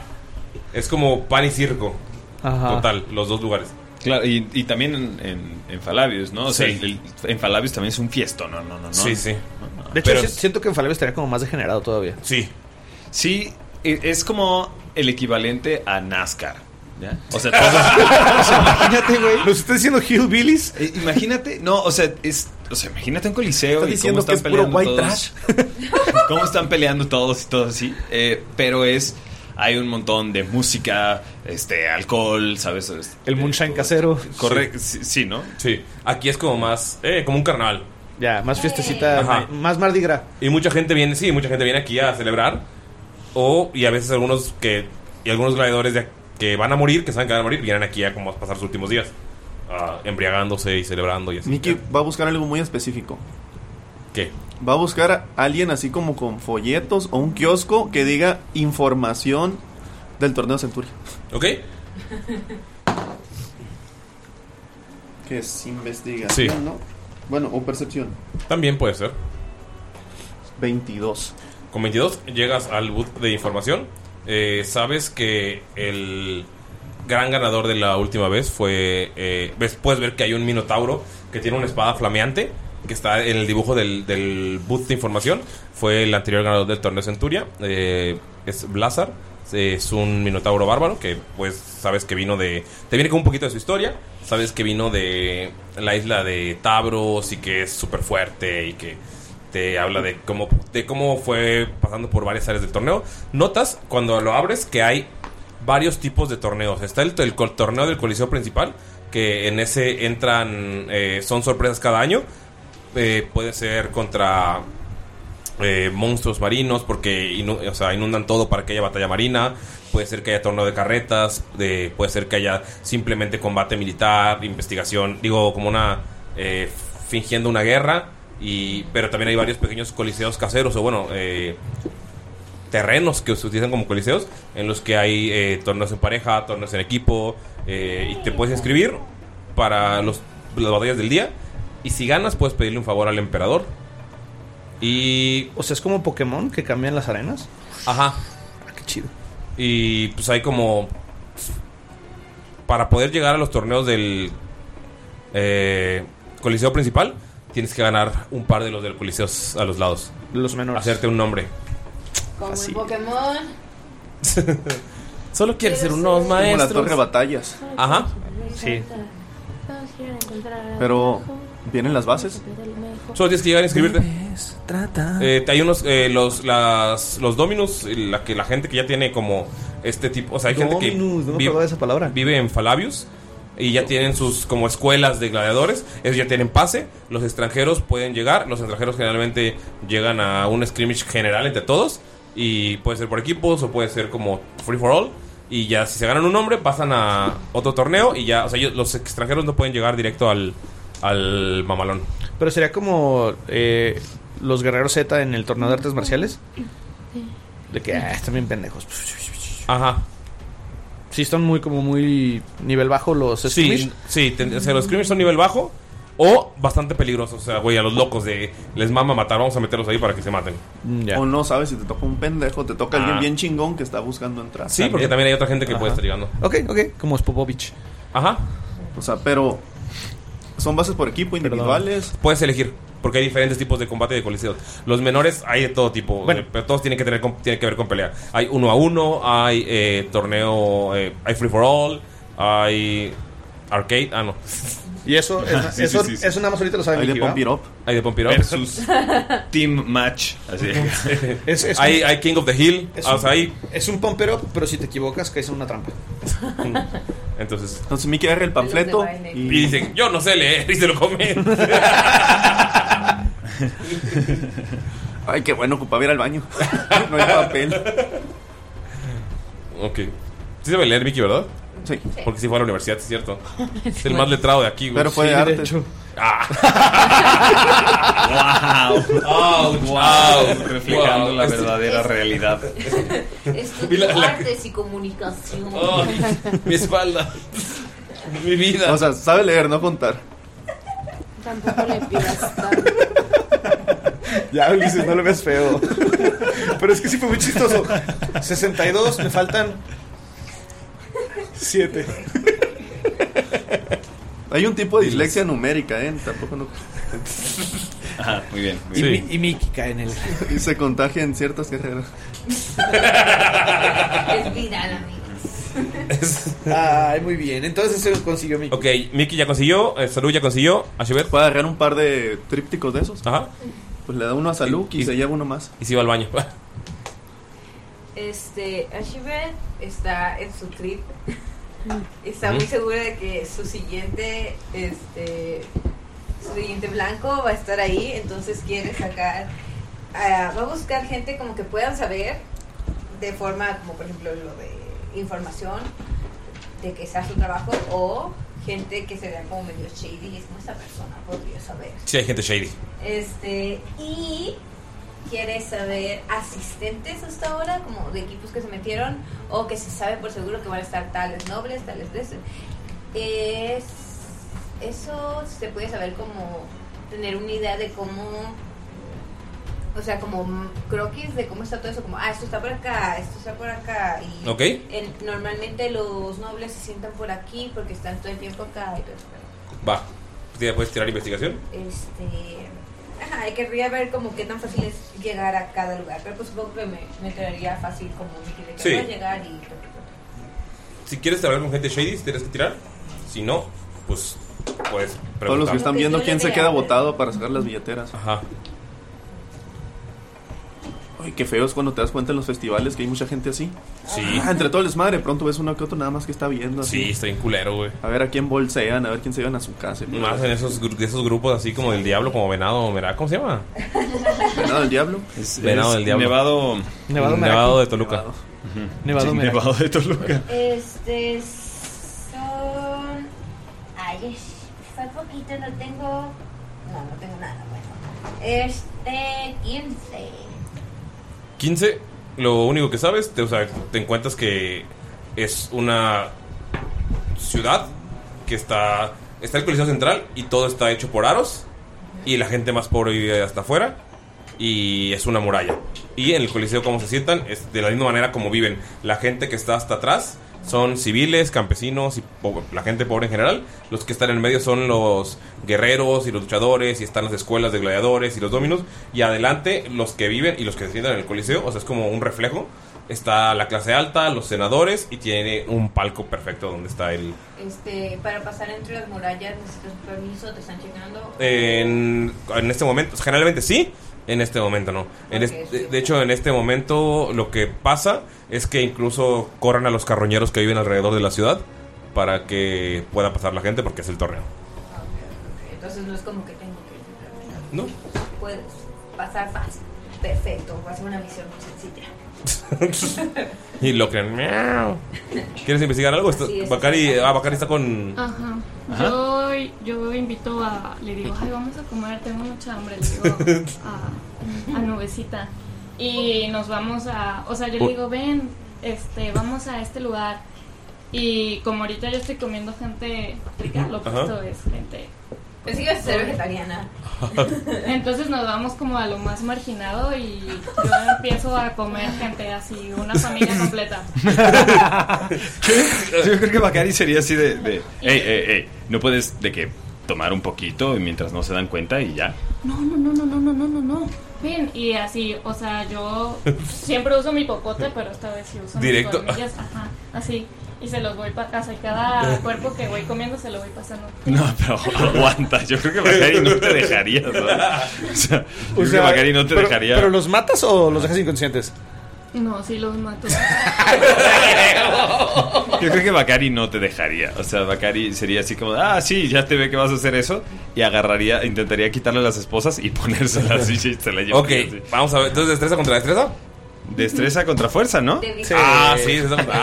Es como pan y circo.
Ajá.
Total, los dos lugares.
Claro, y, y también en, en, en Falabios, ¿no? O sea,
Sí.
el- el- en Falabios también es un fiesto, no, no, no. no.
Sí, sí.
No, no.
De hecho, si- siento que en Falebe estaría como más degenerado todavía.
Sí.
Sí, e- es como el equivalente a NASCAR. ¿ya? O sea, todo- o sea, imagínate, güey.
¿Nos estás diciendo Hillbillies?
imagínate, no, o sea, es, o sea, imagínate un coliseo
¿Estás
y cómo
diciendo
están
que es puro
peleando
white
todos. cómo están peleando todos y todo así. Eh, pero es, hay un montón de música, este, alcohol, ¿sabes? Es-
El moonshine casero.
Correcto, sí, sí, ¿no?
Sí, aquí es como más, eh, como un carnaval.
Ya, más fiestecita,
Ajá.
más Mardi Gras.
Y mucha gente viene, sí, mucha gente viene aquí a celebrar. O, y a veces algunos que, y algunos gladiadores de- que van a morir, que saben que van a morir, vienen aquí a como a pasar sus últimos días. ah, embriagándose y celebrando y así.
Nicky va a buscar algo muy específico.
¿Qué?
Va a buscar a alguien así como con folletos o un kiosco que diga información del torneo Centuria.
¿Ok?
Que es investigación,
Sí.
¿no? Bueno, o percepción.
También puede ser.
22.
Con 22 llegas al boot de información. Eh, sabes que el gran ganador de la última vez fue. Eh, ves- puedes ver que hay un minotauro que tiene una espada flameante que está en el dibujo del, del boot de información. Fue el anterior ganador del torneo Centuria. Eh, es Blazar. Es un minotauro bárbaro que, pues, sabes que vino de. Te viene con un poquito de su historia. Sabes que vino de la isla de Tabros y que es súper fuerte y que te habla de cómo, de cómo fue pasando por varias áreas del torneo. Notas cuando lo abres que hay varios tipos de torneos. Está el, el col- torneo del Coliseo Principal, que en ese entran, eh, son sorpresas cada año. Eh, puede ser contra eh, monstruos marinos porque inu- o sea, inundan todo para que haya batalla marina. Puede ser que haya torneo de carretas, de, puede ser que haya simplemente combate militar, investigación, digo, como una... eh, fingiendo una guerra, y, pero también hay varios pequeños coliseos caseros o bueno, eh, terrenos que se utilizan como coliseos en los que hay eh, torneos en pareja, torneos en equipo eh, y te puedes inscribir para los, las batallas del día y si ganas puedes pedirle un favor al emperador y...
O sea, es como Pokémon que cambian las arenas.
Ajá.
Ah,
qué chido.
Y pues hay como... Para poder llegar a los torneos del eh, coliseo principal, tienes que ganar un par de los del coliseo a los lados.
Los menores.
Hacerte un nombre.
Como el Pokémon.
Solo quieres ser unos
Como
maestros.
la torre de batallas.
Ajá.
Sí. Pero vienen las bases.
Solo tienes que llegar a inscribirte.
Trata.
Eh, hay unos, eh, los, las, los dominus, eh, la, que, la gente que ya tiene como este tipo, o sea, hay gente que
Dominus, no me
vive-
acordaba de esa palabra.
vive en Falabius y ya tienen sus como escuelas de gladiadores, ellos ya tienen pase, los extranjeros pueden llegar, los extranjeros generalmente llegan a un scrimmage general entre todos y puede ser por equipos o puede ser como free for all y ya si se ganan un nombre pasan a otro torneo y ya, o sea, ellos- los extranjeros no pueden llegar directo al, al mamalón.
Pero sería como eh, los guerreros Z en el torneo de artes marciales. De que ah, están bien pendejos.
Ajá.
Sí, están muy, como muy nivel bajo los
Sí,
scrimmage.
sí, ten- o sea, los scrimmage son nivel bajo o bastante peligrosos, o sea, güey, a los locos de les mama matar, vamos a meterlos ahí para que se maten.
Ah,
Mm,
O no sabes si te toca un pendejo, te toca alguien
Ah.
bien chingón que está buscando entrar.
Sí, porque también hay otra gente que puede
Ajá.
estar llegando.
Ok, ok, como Spopovich.
Ajá.
O sea, pero Son bases por equipo, individuales.
Puedes elegir, porque hay diferentes tipos de combate de coliseo. Los menores hay de todo tipo,
Bueno.
eh, pero todos tienen que, tener, con- tienen que ver con pelea. Hay uno a uno, hay eh, torneo, eh, hay free for all, hay arcade, ah no.
Y eso,
Ah,
es,
sí,
eso,
sí, sí, sí.
eso nada más ahorita lo saben. Vicky, ¿verdad?
Hay de Pump It Up.
Versus Team Match. Así
Es- es
hay,
un-
hay King of the Hill,
Es
o
un,
sea, hay-
es un pump it up, pero si te equivocas caes en una trampa.
Entonces,
Entonces Mickey agarra el panfleto
y... dice, yo no sé leer, y se lo come.
Ay, qué bueno, ocupaba ir al baño. no hay papel.
ok. Sí sabe leer Mickey, ¿verdad?
Sí.
Porque si fue a la universidad, es cierto. Es el
Sí.
más letrado de aquí, güey.
Pero fue de arte.
Ah. wow.
Ouch, ouch.
Reflejando
Wow.
la
Este-
verdadera realidad.
Y
Estudio
la- la-
artes y comunicación.
Oh.
mi espalda. Mi vida.
O sea, sabe leer, no contar.
Tampoco le pidas
Ya, Ulises, no lo ves feo. Pero es que sí fue muy chistoso. 62, me faltan 7.
Hay un tipo de dislexia numérica, ¿eh? Tampoco no.
Ajá, muy bien. muy
Y
bien.
mi- Mickey cae en él. Y se contagia en ciertas carreras.
Es viral, amigos.
Ay, muy bien. Entonces se lo consiguió mi.
Ok, Mickey ya consiguió, eh, Saru ya consiguió, Ashibet.
Puede agarrar un par de trípticos de esos.
Ajá.
Pues le da uno a Saluk y, se lleva uno más.
Y se va al baño.
Este, Ashibet está en su trip. Está muy
Ujú.
segura de que su siguiente, este, su siguiente blanco va a estar ahí. Entonces quiere sacar, ah, va a buscar gente como que puedan saber de forma, como por ejemplo lo de información de que sea su trabajo o gente que se vea como medio shady y es como esa persona podría saber.
Sí, hay gente shady.
Este, y quiere saber asistentes hasta ahora, como de equipos que se metieron, o que se sabe por seguro que van a estar tales nobles, tales de ese. Es, eso se puede saber como tener una idea de cómo, o sea, como mm, croquis de cómo está todo eso, como, ah, esto está por acá, esto está por acá. Y
Ok.
el- normalmente los nobles se sientan por aquí porque están todo el tiempo acá y todo eso.
Va. ¿Te puedes tirar investigación?
Este. Ajá, y querría ver como qué tan fácil es llegar a cada lugar. Pero pues supongo que me, me traería fácil como mi que
Sí.
puedo llegar y.
Si quieres trabajar con gente shady, tienes que tirar. Si no, pues puedes preguntar.
Todos los que están viendo quién se queda
vea.
botado para sacar las billeteras.
Ajá.
Ay, qué feo es cuando te das cuenta en los festivales que hay mucha gente así.
Sí.
Ah, entre todo el desmadre, pronto ves uno que otro nada más que está viendo así.
Sí, está bien culero, güey.
A ver a quién bolsean, a ver quién se llevan a su casa. pues,
Más en esos, gru- de esos grupos así como del diablo, como venado, ¿verdad? ¿cómo se llama?
Venado del diablo.
venado del diablo.
Nevado.
Nevado, de Toluca.
Ujú.
Nevado
Sí,
Meraki.
Nevado de Toluca.
Este son. Ay, es- fue poquito, no tengo. No, no tengo nada, bueno. Este, 15.
15, lo único que sabes, te, o sea, te encuentras que es una ciudad que está. Está el Coliseo Central y todo está hecho por aros. Y la gente más pobre vive hasta afuera. Y es una muralla. Y en el Coliseo, como se sientan, es de la misma manera como viven. La gente que está hasta atrás son civiles, campesinos y po- la gente pobre en general. Los que están en medio son los guerreros y los luchadores. Y están las escuelas de gladiadores y los dominos. Y adelante, los que viven y los que se sientan en el Coliseo. O sea, es como un reflejo. Está la clase alta, los senadores y tiene un palco perfecto donde está el,
Este, para pasar entre las murallas necesitas un permiso, te están checando.
En, en este momento, generalmente sí, en este momento no. En es- de, de hecho, en este momento lo que pasa es que incluso corran a los carroñeros que viven alrededor de la ciudad para que pueda pasar la gente porque es el torneo.
Entonces no es como que tengo que ir.
No.
Puedes pasar fácil. Perfecto, va a ser una misión muy sencilla.
Y lo crean. "Miau". ¿Quieres investigar algo? Está-
Sí, eso
Bacari,
sí.
ah, Bacari está con...
Ajá.
Ajá.
Yo, yo invito a. Le digo, ay, vamos a comer, tengo mucha hambre. Le digo a, a Nubecita. Y nos vamos a. O sea, yo le digo, ven, este, vamos a este lugar. Y como ahorita yo estoy comiendo gente rica, lo
Ajá.
opuesto es gente.
Pensé que ibas Pues a ser vegetariana.
Entonces nos vamos como a lo más marginado y yo empiezo a comer gente así, una familia completa.
Yo creo que Bacari sería así de. de, ey, ey, ey, no puedes de que tomar un poquito mientras no se dan cuenta y ya.
No, no, no, no, no, no, no, no, no. Ven, y así, o sea, yo siempre uso mi popote, pero esta vez sí uso mis
Directo.
colmillos, Ajá, así. Y se los voy para casa. Y cada cuerpo que voy comiendo se lo voy pasando.
No, pero aguanta. Yo creo que Bacari no te dejaría. ¿sabes? O sea, yo creo que Bacari no te
pero,
dejaría.
¿Pero los matas o los dejas inconscientes?
No, sí los mato.
Yo creo que Bacari no te dejaría. O sea, Bacari sería así como, ah, sí, ya te ve que vas a hacer eso. Y agarraría, intentaría quitarle las esposas y ponérselas y se la lleva.
Ok, vamos a ver. Entonces, destreza contra destreza.
Destreza contra fuerza, ¿no?
Sí. Ah, sí, Ah. destreza contra-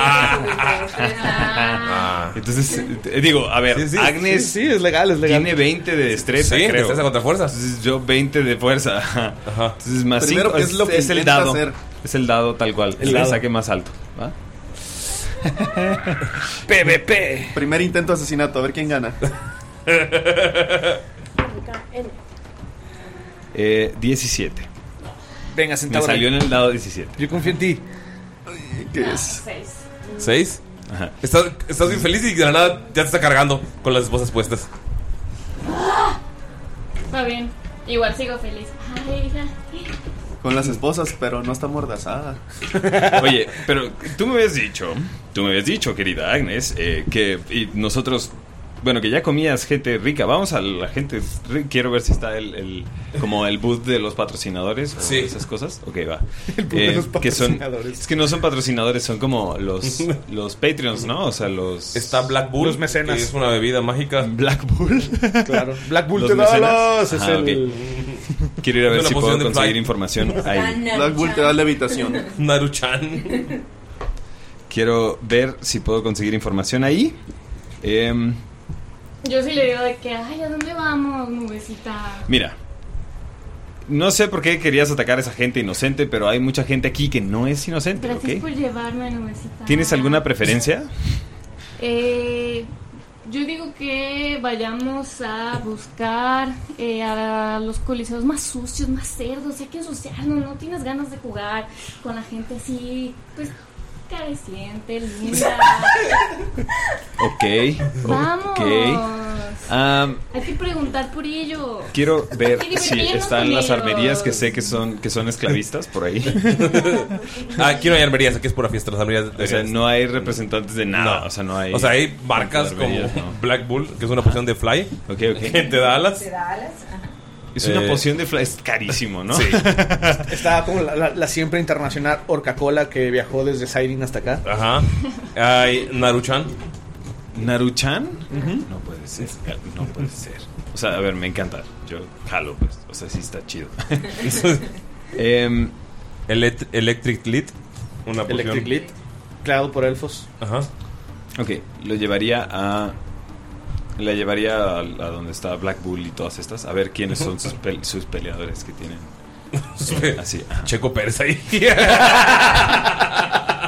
ah.
Entonces, eh, digo, a ver,
Sí, sí,
Agnes
Sí, sí, es legal, es legal.
tiene 20 de destreza.
Sí,
creo.
destreza contra fuerza.
Entonces, yo 20 de fuerza. Ajá. Entonces, más
Primero,
5
¿qué es lo que
el
intentas
dado.
hacer?
Es el dado tal cual.
El
El, que
dado.
saque más alto. ¿va?
PvP. Primer intento de asesinato, a ver quién gana.
Eh, 17.
Venga,
Me
centauro.
salió en el dado 17.
Yo confío en ti.
Ah,
¿Qué
es?
¿Seis? Estás, estás bien feliz y de la nada ya te está cargando con las esposas puestas.
Está bien. Igual sigo feliz. Ay, hija.
Con las esposas, pero no está mordazada.
Oye, pero tú me habías dicho, tú me habías dicho, querida Agnes, eh, que y nosotros, bueno, que ya comías gente rica. Vamos a la gente rica. Quiero ver si está el, el- como el booth de los patrocinadores o esas cosas. Ok, va. El
booth de los
que son,
patrocinadores.
es que no son patrocinadores, son como los, los Patreons, ¿no? O sea, los... Está
Black Bull, Los mecenas. que es una bebida mágica.
Black Bull.
Claro. Black Bull
Los
te da
mecenas.
alas. Es
Ajá,
el.
ok. Quiero ir a ver
Es una
si
poción
puedo
de
conseguir
Pride.
información ahí.
Black Bull te da levitación.
Naruchan.
Quiero ver si puedo conseguir información ahí. Em,
Yo sí le digo de que, ay, ¿a dónde vamos, nubecita?
Mira, no sé por qué querías atacar a esa gente inocente, pero hay mucha gente aquí que no es inocente,
Gracias
¿ok?
por llevarme, nubecita.
¿Tienes alguna preferencia?
Eh, yo digo que vayamos a buscar eh, a los coliseos más sucios, más cerdos. Hay que ensuciarnos, no tienes ganas de jugar con la gente así, pues, careciente, linda.
Ok,
Vamos.
ok. Am,
Hay que preguntar por ello.
quiero ver
Hay que
si
divertirnos
están
con
las
ellos.
armerías que sé que son, que son esclavistas por ahí.
Ah, Aquí no hay armerías, aquí es pura fiesta. Las armerías
O sea, no hay representantes de nada. O sea, no hay.
O sea, hay marcas como
armerías, no.
Black Bull, que es una poción de fly.
Ok, ok.
Que te da alas.
¿Te da alas? Ajá.
Ah,
Es una
Eh,
poción de fla- es carísimo, ¿no?
Sí.
Estaba como la, la- la siempre internacional Orca Cola que viajó desde Siren hasta acá.
Ah,
Ajá. Hay Naruchan.
¿Naruchan? No puede ser. No puede ser. O sea, a ver, me encanta. Yo jalo, pues. O sea, sí está chido. em,
Elect- Electric Lit. Una poción.
Electric Lit. Creado por elfos.
Ajá.
Ok, lo llevaría a. La llevaría a, a donde está Black Bull y todas estas. A ver quiénes son sus, pe- sus peleadores que tienen. Eh, así. ajá.
Checo Pérez ahí.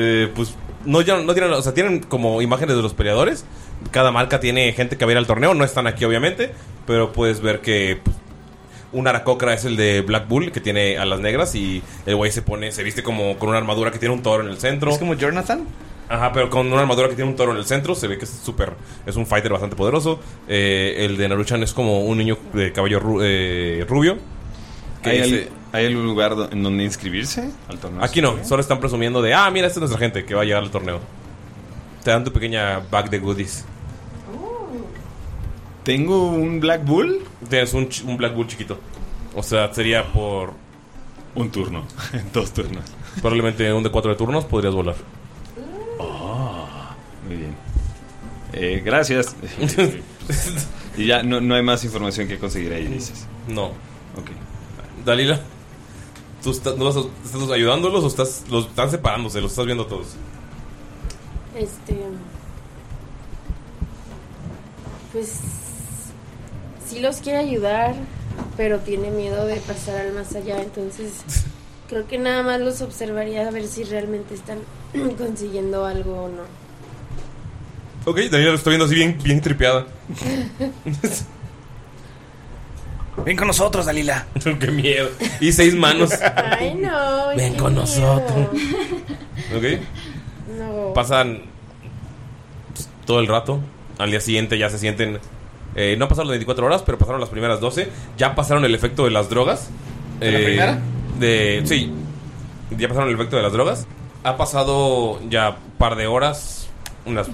Eh, pues no, ya no tienen, o sea, tienen como imágenes de los peleadores. Cada marca tiene gente que va a ir al torneo. No están aquí, obviamente, pero puedes ver que pues, un aracocra es el de Black Bull, que tiene alas negras. Y el güey se pone, se viste como con una armadura que tiene un toro en el centro.
Es como Jonathan.
Ajá, pero con una armadura que tiene un toro en el centro, se ve que es súper. Es un fighter bastante poderoso. Eh, el de Naruchan es como un niño de cabello ru- eh, rubio.
¿Hay al-
algún
lugar en donde inscribirse al torneo?
Aquí no, solo están presumiendo de, ah, mira, esta es nuestra gente que va a llegar al torneo. Te dan tu pequeña bag de goodies. Uh.
¿Tengo un Black Bull?
Tienes un, chi- un Black Bull chiquito. O sea, sería por.
Un turno. Dos turnos.
Probablemente un de cuatro de turnos podrías volar.
Ah, muy bien. Eh, gracias. y ya no, no hay más información que conseguir ahí, dices.
No.
Ok.
Dalila, ¿tú estás, no vas a- estás ayudándolos o estás, los están separándose? Los estás viendo a todos.
Este. Pues. Sí los quiere ayudar, pero tiene miedo de pasar al más allá. Entonces, creo que nada más los observaría a ver si realmente están consiguiendo algo o no.
Ok, Dalila lo estoy viendo así bien, bien tripeada.
Ven con nosotros, Dalila.
Qué miedo. Y seis manos.
Ay, no.
Ven
qué
con
miedo.
nosotros. Ok.
No.
Pasan todo el rato. Al día siguiente ya se sienten. eh, no pasaron las 24 horas, pero pasaron las primeras 12. Ya pasaron el efecto de las drogas. eh,
¿De la primera?
de- sí. Ya pasaron el efecto de las drogas. Ha pasado ya par de horas. Unas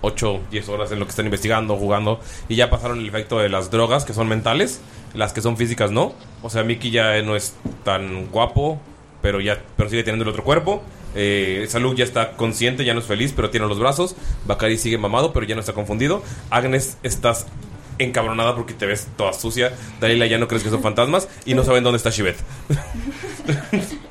8, 10 horas en lo que están investigando, jugando, y ya pasaron el efecto de las drogas que son mentales, las que son físicas no. O sea, Mickey ya no es tan guapo, pero ya pero sigue teniendo el otro cuerpo. Eh, Salud ya está consciente, ya no es feliz, pero tiene los brazos. Bakari sigue mamado, pero ya no está confundido. Agnes, estás encabronada porque te ves toda sucia. Dalila ya no crees que son fantasmas y no saben dónde está Shivet.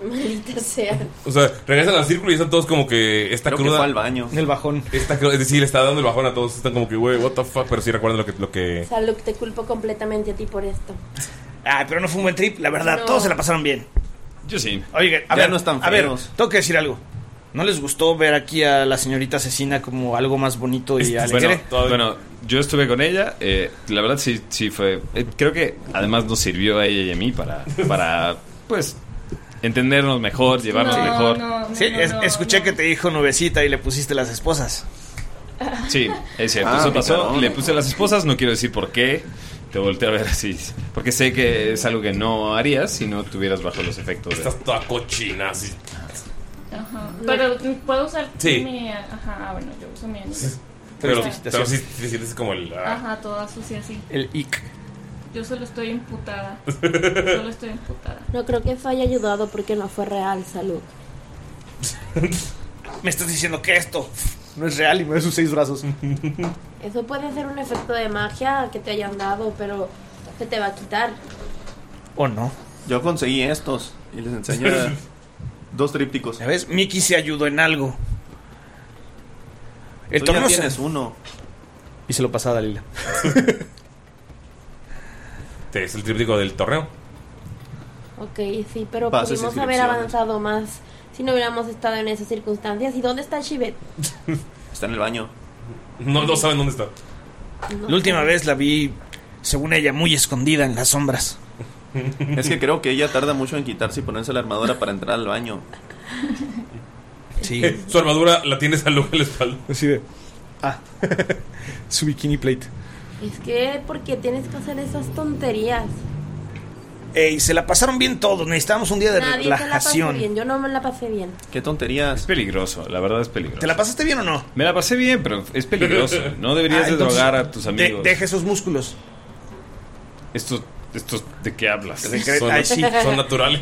Maldita sea.
O sea, regresan al círculo y están todos como que está
Creo que
cruda.
fue al baño.
El bajón. Está, cruda, sí, le está dando el bajón a todos. Están como que, güey, what the fuck. Pero sí recuerdan lo que, lo que.
Saluk, te culpo completamente a ti por esto.
Ay, Ah, pero no fue un buen trip, la verdad.
No.
Todos se la pasaron bien.
Yo sí.
Oigan, a
Ya
ver,
no están
a ver,
feos.
tengo que decir algo. ¿No les gustó ver aquí a la señorita asesina como algo más bonito y alegre?
Bueno, bueno, yo estuve con ella. eh, la verdad sí, sí fue. eh, creo que además nos sirvió a ella y a mí para, para pues, entendernos mejor, llevarnos
No,
mejor.
no, Sí, no, es- no, escuché que te dijo nubecita y le pusiste las esposas.
Sí, es cierto.
Ah,
eso pasó.
picarón.
Le puse las esposas. No quiero decir por qué. Te volteé a ver así. Porque sé que es algo que no harías si no tuvieras bajo los efectos. de-
Estás toda cochina, así.
Ajá. Pero puedo usar
Sí.
mi. Ajá, ah, bueno, yo uso mi.
Pero,
Ajá.
pero sí te sientes como el. ah.
Ajá, toda sucia así.
El ic.
Yo solo estoy imputada. solo estoy imputada.
No creo que fue haya ayudado porque no fue real, Saluk.
Me estás diciendo que esto no es real y me ve sus seis brazos.
Eso puede ser un efecto de magia que te hayan dado, pero se te va a quitar.
¿O no?
Yo conseguí estos y les enseño dos trípticos.
¿Sabes? Mickey se ayudó en algo. El
Tú ya
torneo se-
tienes uno.
Y se lo pasa a Dalila.
Te es el tríptico del torneo.
Ok, sí, pero
Pases,
pudimos haber
inscripciones.
avanzado más si no hubiéramos estado en esas circunstancias. ¿Y dónde está Shivet?
Está en el baño.
No, no saben dónde está.
La última vez la vi, según ella, muy escondida en las sombras.
Es que creo que ella tarda mucho en quitarse y ponerse la armadura para entrar al baño.
Sí.
Su armadura la tienes al ojo en la espalda.
Así de. Ah. Su bikini plate.
Es que, ¿por qué tienes que hacer esas tonterías?
Ey, se la pasaron bien todos. Necesitábamos un día de
Nadie se la pasó
relajación.
bien, yo no me la pasé bien.
Qué tonterías.
Es peligroso, la verdad es peligroso.
¿Te la pasaste bien o no?
Me la pasé bien, pero es peligroso. No deberías
Ah,
de
entonces,
drogar a tus
de-
amigos.
deja esos músculos.
Estos, estos, ¿de qué hablas?
Pues, De que- ay, sí.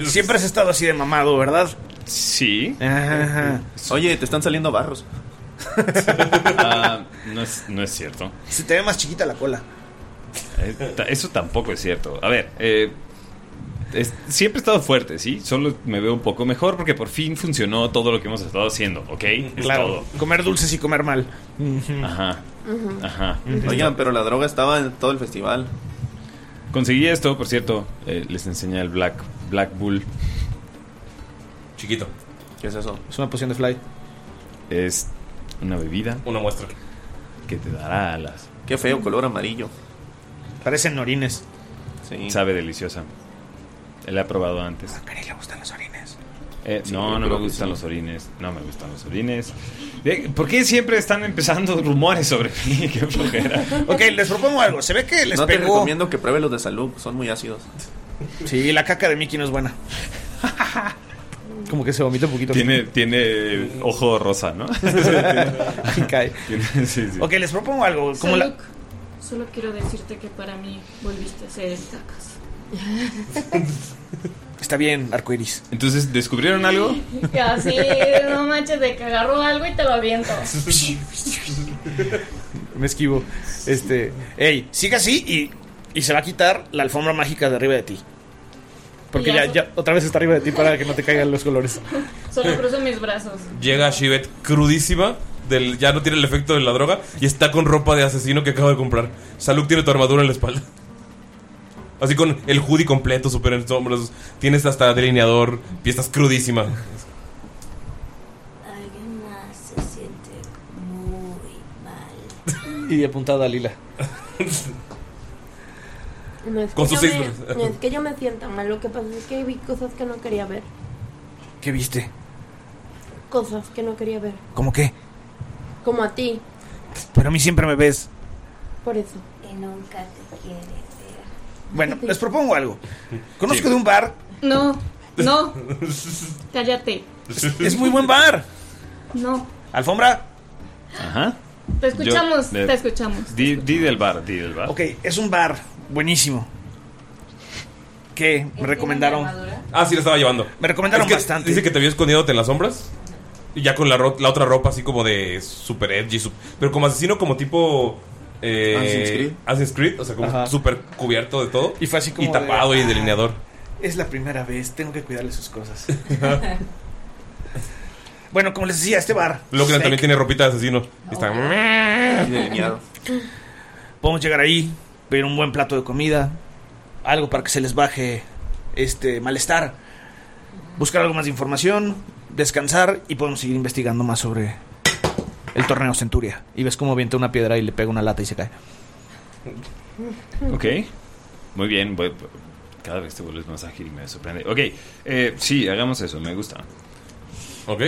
Siempre has estado así de mamado, ¿verdad?
Sí.
Ajá.
Oye, te están saliendo barros.
Ah, no, es, no es cierto.
Se te ve más chiquita la cola.
Eh, ta- Eso tampoco es cierto. A ver, eh, es- siempre he estado fuerte, ¿sí? Solo me veo un poco mejor porque por fin funcionó todo lo que hemos estado haciendo, ¿ok? Es
Claro.
todo.
Comer dulces y comer mal.
Ajá. Ajá.
Oigan, pero la droga estaba en todo el festival.
Conseguí esto, por cierto. eh, les enseñé el Black, Black Bull.
Chiquito.
¿Qué es eso?
Es una poción de fly.
Es una bebida.
Una muestra.
Que te dará alas.
Qué feo color amarillo.
Parecen orines.
Sí.
Sabe deliciosa. La he probado antes.
le gustan los orines.
Eh,
Sí,
no,
yo
no me
creo que
gustan
sí.
los orines. No me gustan los orines. Eh, ¿Por qué siempre están empezando rumores sobre mí? Qué flojera.
Ok, les propongo algo. Se ve que les
no te
pegó.
recomiendo que pruebes los de salud, son muy ácidos.
Sí, la caca de Mickey no es buena. Como que se vomita un poquito.
Tiene, tiene ojo rosa, ¿no?
Cae.
Tiene- sí, sí.
Ok, les propongo algo. Como la...
Saluk, solo quiero decirte que para mí volviste a ser tacas.
Está bien, arcoiris.
Entonces, ¿descubrieron algo?
Así, no manches, de que agarro algo y te lo aviento.
Me esquivo. Este. Ey, sigue así y, y se va a quitar la alfombra mágica de arriba de ti. Porque
Ya
ya, ya otra vez está arriba de ti para que no te caigan los colores.
Solo cruzo mis brazos.
Llega Shivet crudísima. Del, ya no tiene el efecto de la droga. Y está con ropa de asesino que acaba de comprar. Saluk tiene tu armadura en la espalda. Así con el hoodie completo, super en sombras. Tienes hasta delineador. Y estás crudísima.
Alguien más se siente muy mal.
Y apuntada a Lila.
No es,
Con
que
sus
yo
seis
me,
brazos.
no es que yo me sienta mal, lo que pasa es que vi cosas que no quería ver.
¿Qué viste?
Cosas que no quería ver.
¿Cómo qué?
Como a ti.
Pero a mí siempre me ves.
Por eso.
Que nunca te quiere ver.
Bueno, les propongo algo. Conozco de un bar.
No, no, cállate.
Es muy buen bar.
No,
Alfombra.
Ajá.
te escuchamos,
Yo- eh,
te escuchamos.
Di, di del bar, di del bar.
Ok, es un bar buenísimo. Que
Este,
me recomendaron.
Ah, sí, lo estaba llevando.
Me recomendaron
Es que
bastante.
Dice que te vio escondiéndote en las sombras. Y ya con la, ro- la otra ropa así como de super edgy. sup- pero como asesino, como tipo. Eh,
Assassin's Creed.
Assassin's Creed, O sea, como
Ajá.
súper cubierto de todo. Y
fue así
Y
como de-
tapado y
ah.
delineador.
Es la primera vez, tengo que cuidarle sus cosas. bueno, como les decía, este bar.
Luego
Steak.
también tiene ropita de asesino. Y está.
Podemos llegar ahí, pedir un buen plato de comida, algo para que se les baje este malestar, buscar algo más de información, descansar y podemos seguir investigando más sobre el torneo Centuria. Y ves cómo avienta una piedra y le pega una lata y se cae.
Ok. Muy bien. voy- cada vez te vuelves más ágil y me sorprende. Ok. eh, sí, hagamos eso. Me gusta.
Ok.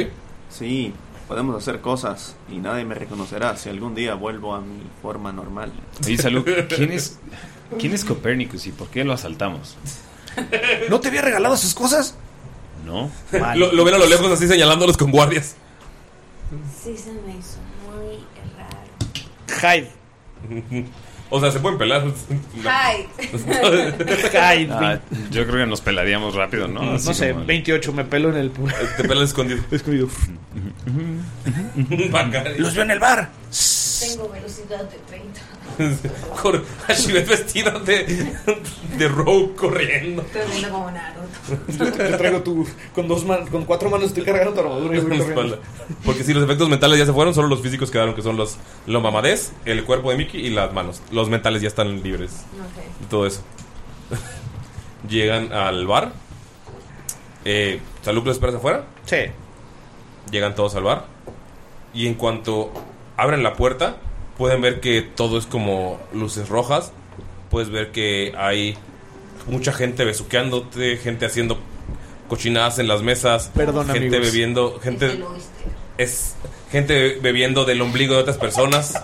Sí, podemos hacer cosas y nadie me reconocerá si algún día vuelvo a mi forma normal.
Oye, Salud, ¿quién es, ¿quién es Copérnicus y por qué lo asaltamos?
¿No te había regalado sus cosas?
¿No?
Lo, lo ven a lo lejos así señalándolos con guardias.
Sí, se me hizo muy raro.
Hyde.
o sea, se pueden pelar.
Hyde.
Hyde.
Ah, yo creo que nos pelaríamos rápido, ¿no?
No,
Así
sé,
como-
28, me pelo en el...
Te pela escondido.
Escondido.
Bacari.
Los veo en el bar.
Tengo velocidad de 30.
Cor- Ashibet vestida de, de Rogue corriendo.
Estoy viendo como Naruto.
Te traigo tu... Con, dos man- con cuatro manos estoy cargando tu armadura y voy
Mi
corriendo.
espalda. Porque si los efectos mentales ya se fueron, solo los físicos quedaron, que son los lo mamadez, el cuerpo de Mickey y las manos. Los mentales ya están libres.
Ok.
Y todo eso. Llegan al bar. Eh, ¿Salud los esperas afuera?
Sí.
Llegan todos al bar. Y en cuanto abren la puerta, pueden ver que todo es como luces rojas. Puedes ver que hay mucha gente besuqueándote, gente haciendo cochinadas en las mesas,
Perdón,
gente
amigos.
bebiendo, gente es gente bebiendo del ombligo de otras personas.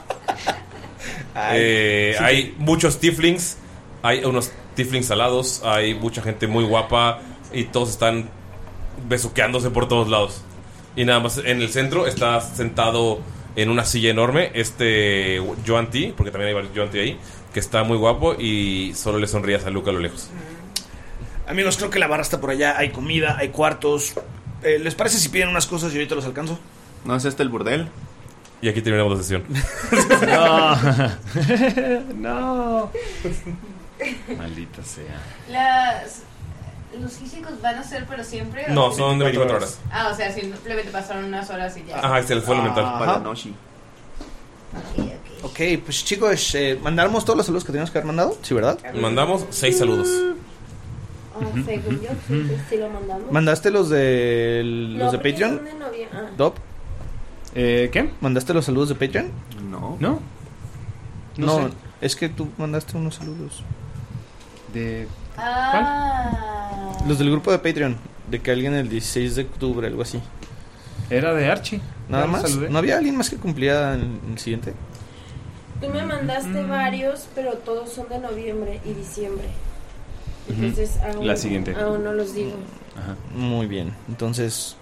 Eh,
sí.
hay muchos tieflings, hay unos tieflings salados, hay mucha gente muy guapa y todos están besuqueándose por todos lados. Y nada más en el centro está sentado en una silla enorme este Joan T, porque también hay varios Joan T ahí, que está muy guapo y solo le sonríe a Saluca a lo lejos.
Amigos, creo que la barra está por allá. Hay comida, hay cuartos. Eh, ¿Les parece si piden unas cosas y ahorita los alcanzo?
¿No es este el burdel?
Y aquí terminamos la sesión.
no. Maldita sea.
Las, los físicos van a ser, pero siempre. o-
No, son de 24 horas.
Ah, o sea, simplemente pasaron unas horas y ya.
Ajá, se le fue lo mental.
Ah, Para Noshi.
Ok, pues chicos, eh, ¿mandamos todos los saludos que teníamos que haber mandado? Sí, ¿verdad?
Mandamos seis saludos.
Mm. Ah, según yo, sí, sí, sí lo mandamos.
¿Mandaste los de los de
No, porque
Patreon?
son de novia- ah.
¿Dop?
Eh, ¿Qué?
¿Mandaste los saludos de Patreon?
No.
¿No?
No,
No sé.
es que tú mandaste unos saludos.
De...
Ah.
Los del grupo de Patreon, de que alguien el 16 de octubre, algo así.
Era de Archie. Ya
¿Nada
lo
más?
saludé.
¿No había alguien más que cumplía en el siguiente?
Tú me mandaste
Mm.
varios, pero todos son de noviembre y diciembre. Entonces, aún,
La siguiente. Mm.
aún no los digo.
Muy bien, entonces...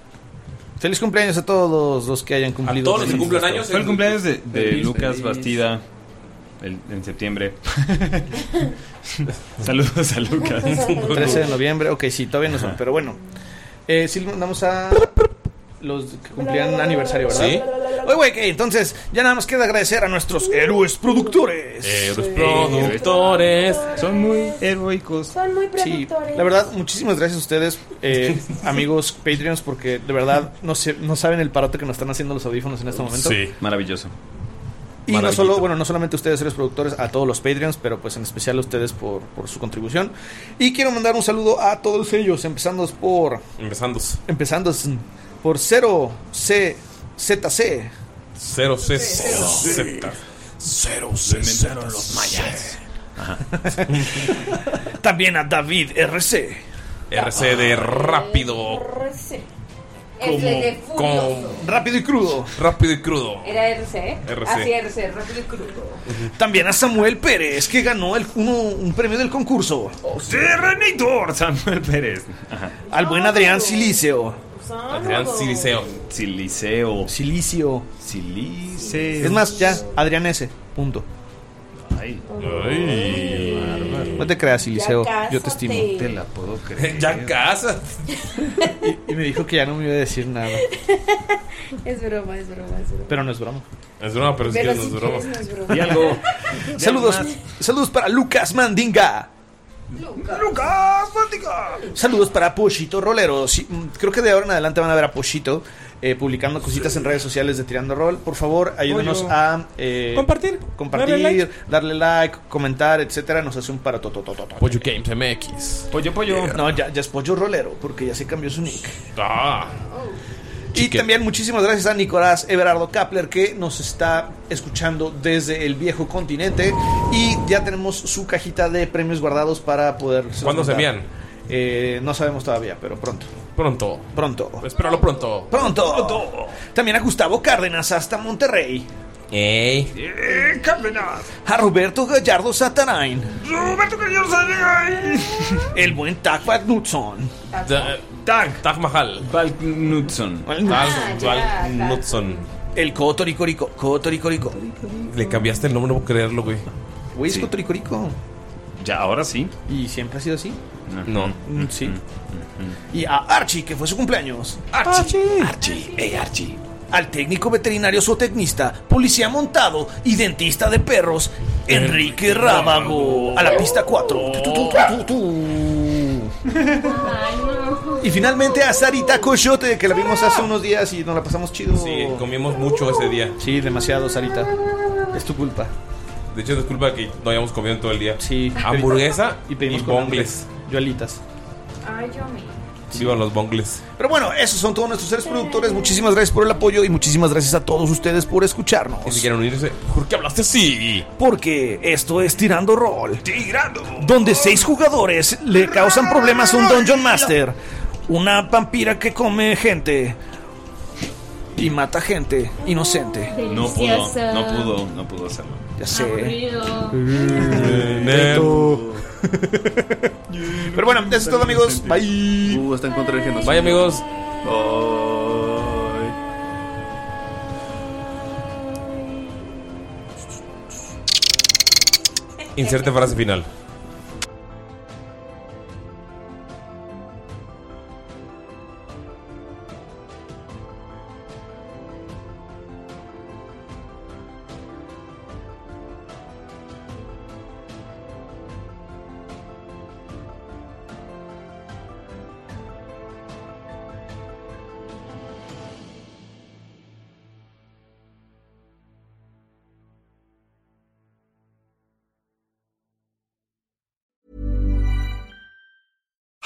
Feliz cumpleaños a todos los que hayan cumplido.
todos los que cumplan años.
Fue el cumpleaños de, de
Feliz,
Lucas
feliz.
Bastida el- en septiembre. Saludos a Lucas.
13 de noviembre, ok, sí, todavía no son, pero bueno. Eh, sí, le mandamos a los que cumplían aniversario, ¿verdad?
Sí.
Oye, güey, ok, entonces ya nada más queda agradecer a nuestros héroes productores.
Héroes productores.
Son muy heroicos.
Son muy
Sí, la verdad, muchísimas gracias a ustedes, eh, amigos Patreons, porque de verdad no, sé, no saben el parote que nos están haciendo los audífonos en este momento.
Sí, maravilloso.
Y no solo, bueno, no solamente a ustedes, seres productores, a todos los Patreons, pero pues en especial a ustedes por, por su contribución. Y quiero mandar un saludo a todos ellos, empezando por.
Empezando.
Empezando por 0CZC.
Cero C.
Cero C.
Cero
Inventaron los mayas. También a David RC.
RC de rápido.
Fleque furioso.
Rápido y crudo.
Rápido y crudo.
Era RC.
¿eh?
RC.
Ah,
Así RC, rápido y crudo.
También a Samuel Pérez, que ganó el, uno- un premio del concurso.
Oh, Terrenator, Samuel Pérez.
Al buen Adrián Siliceo.
Adrián Siliceo. Siliceo.
Silicio.
Siliceo.
Es más, ya, Adrián S. Punto.
Ay.
No te creas, Siliceo.
Ya
Yo te estimo.
cásate. Te la puedo creer.
ya casas.
Y, y me dijo que ya no me iba a decir nada.
Es broma, es broma, es broma.
Pero no es broma.
Es broma, pero
es que Pero no si es broma. quieres, no es broma.
Y algo. saludos, saludos para Lucas Mandinga.
Lucas, Mándiga.
Saludos para Pochito Rolero. Sí, mm, creo que de ahora en adelante van a ver a Pochito eh, publicando cositas en redes sociales de Tirando Roll. Por favor, ayúdenos
Pollo.
a eh,
Compartir.
compartir,
Darle
darle
like.
like. comentar, etcétera. Nos hace un para
Pollo Games MX.
Pollo, pollo. Eh, No, ya, ya es Pollo Rolero, porque ya se cambió su nick.
Ah.
Y también muchísimas gracias a Nicolás Everardo Kapler que nos está escuchando desde el viejo continente y ya tenemos su cajita de premios guardados para poder...
¿Cuándo se envían?
Eh, no sabemos todavía, pero pronto.
Pronto.
Pronto.
Espéralo pronto.
Pronto. También a Gustavo Cárdenas hasta Monterrey.
Ey.
Eh, Cárdenas.
A Roberto Gallardo Satanain.
Roberto Carrillo Sarrión.
El buen Takwa Knudson.
Tag. Tag Mahal.
Val Knudson.
Ah,
Ah, Val Knudson.
El Cotoricorico. Cotoricorico.
Le cambiaste el nombre, no puedo creerlo, güey.
Güey, es Cotoricorico.
Ya, ahora sí.
¿Y siempre ha sido así?
No.
Mm, Sí. Y a Archie, que fue su cumpleaños. Archie. Archie. Hey, Archie. Al técnico veterinario zootecnista, policía montado y dentista de perros, Enrique Rábago. Oh. A la pista 4. Y finalmente a Sarita Coyote, que la vimos hace unos días y nos la pasamos chido.
Sí, comimos mucho ese día.
Sí, demasiado, Sarita. Es tu culpa.
De hecho, es culpa que no hayamos comido en todo el día.
Sí.
Hamburguesa y,
pedimos con
bongles.
Yo alitas.
Ay, yo me.
Vivan los bongles.
Pero bueno, esos son todos nuestros seres productores. Muchísimas gracias por el apoyo y muchísimas gracias a todos ustedes por escucharnos.
Y si quieren unirse, ¿por qué hablaste así?
Porque esto es Tirando Roll. Tirando. Donde seis jugadores le causan problemas a un Dungeon Master. Una vampira que come gente. Y mata gente inocente.
No pudo, no pudo, no pudo hacerlo.
Ya sé.
Aburrido.
Pero bueno, eso es todo amigos. Bye.
Uh, está en contra del genocidio.
Bye, amigos.
Ay.
Inserte frase final.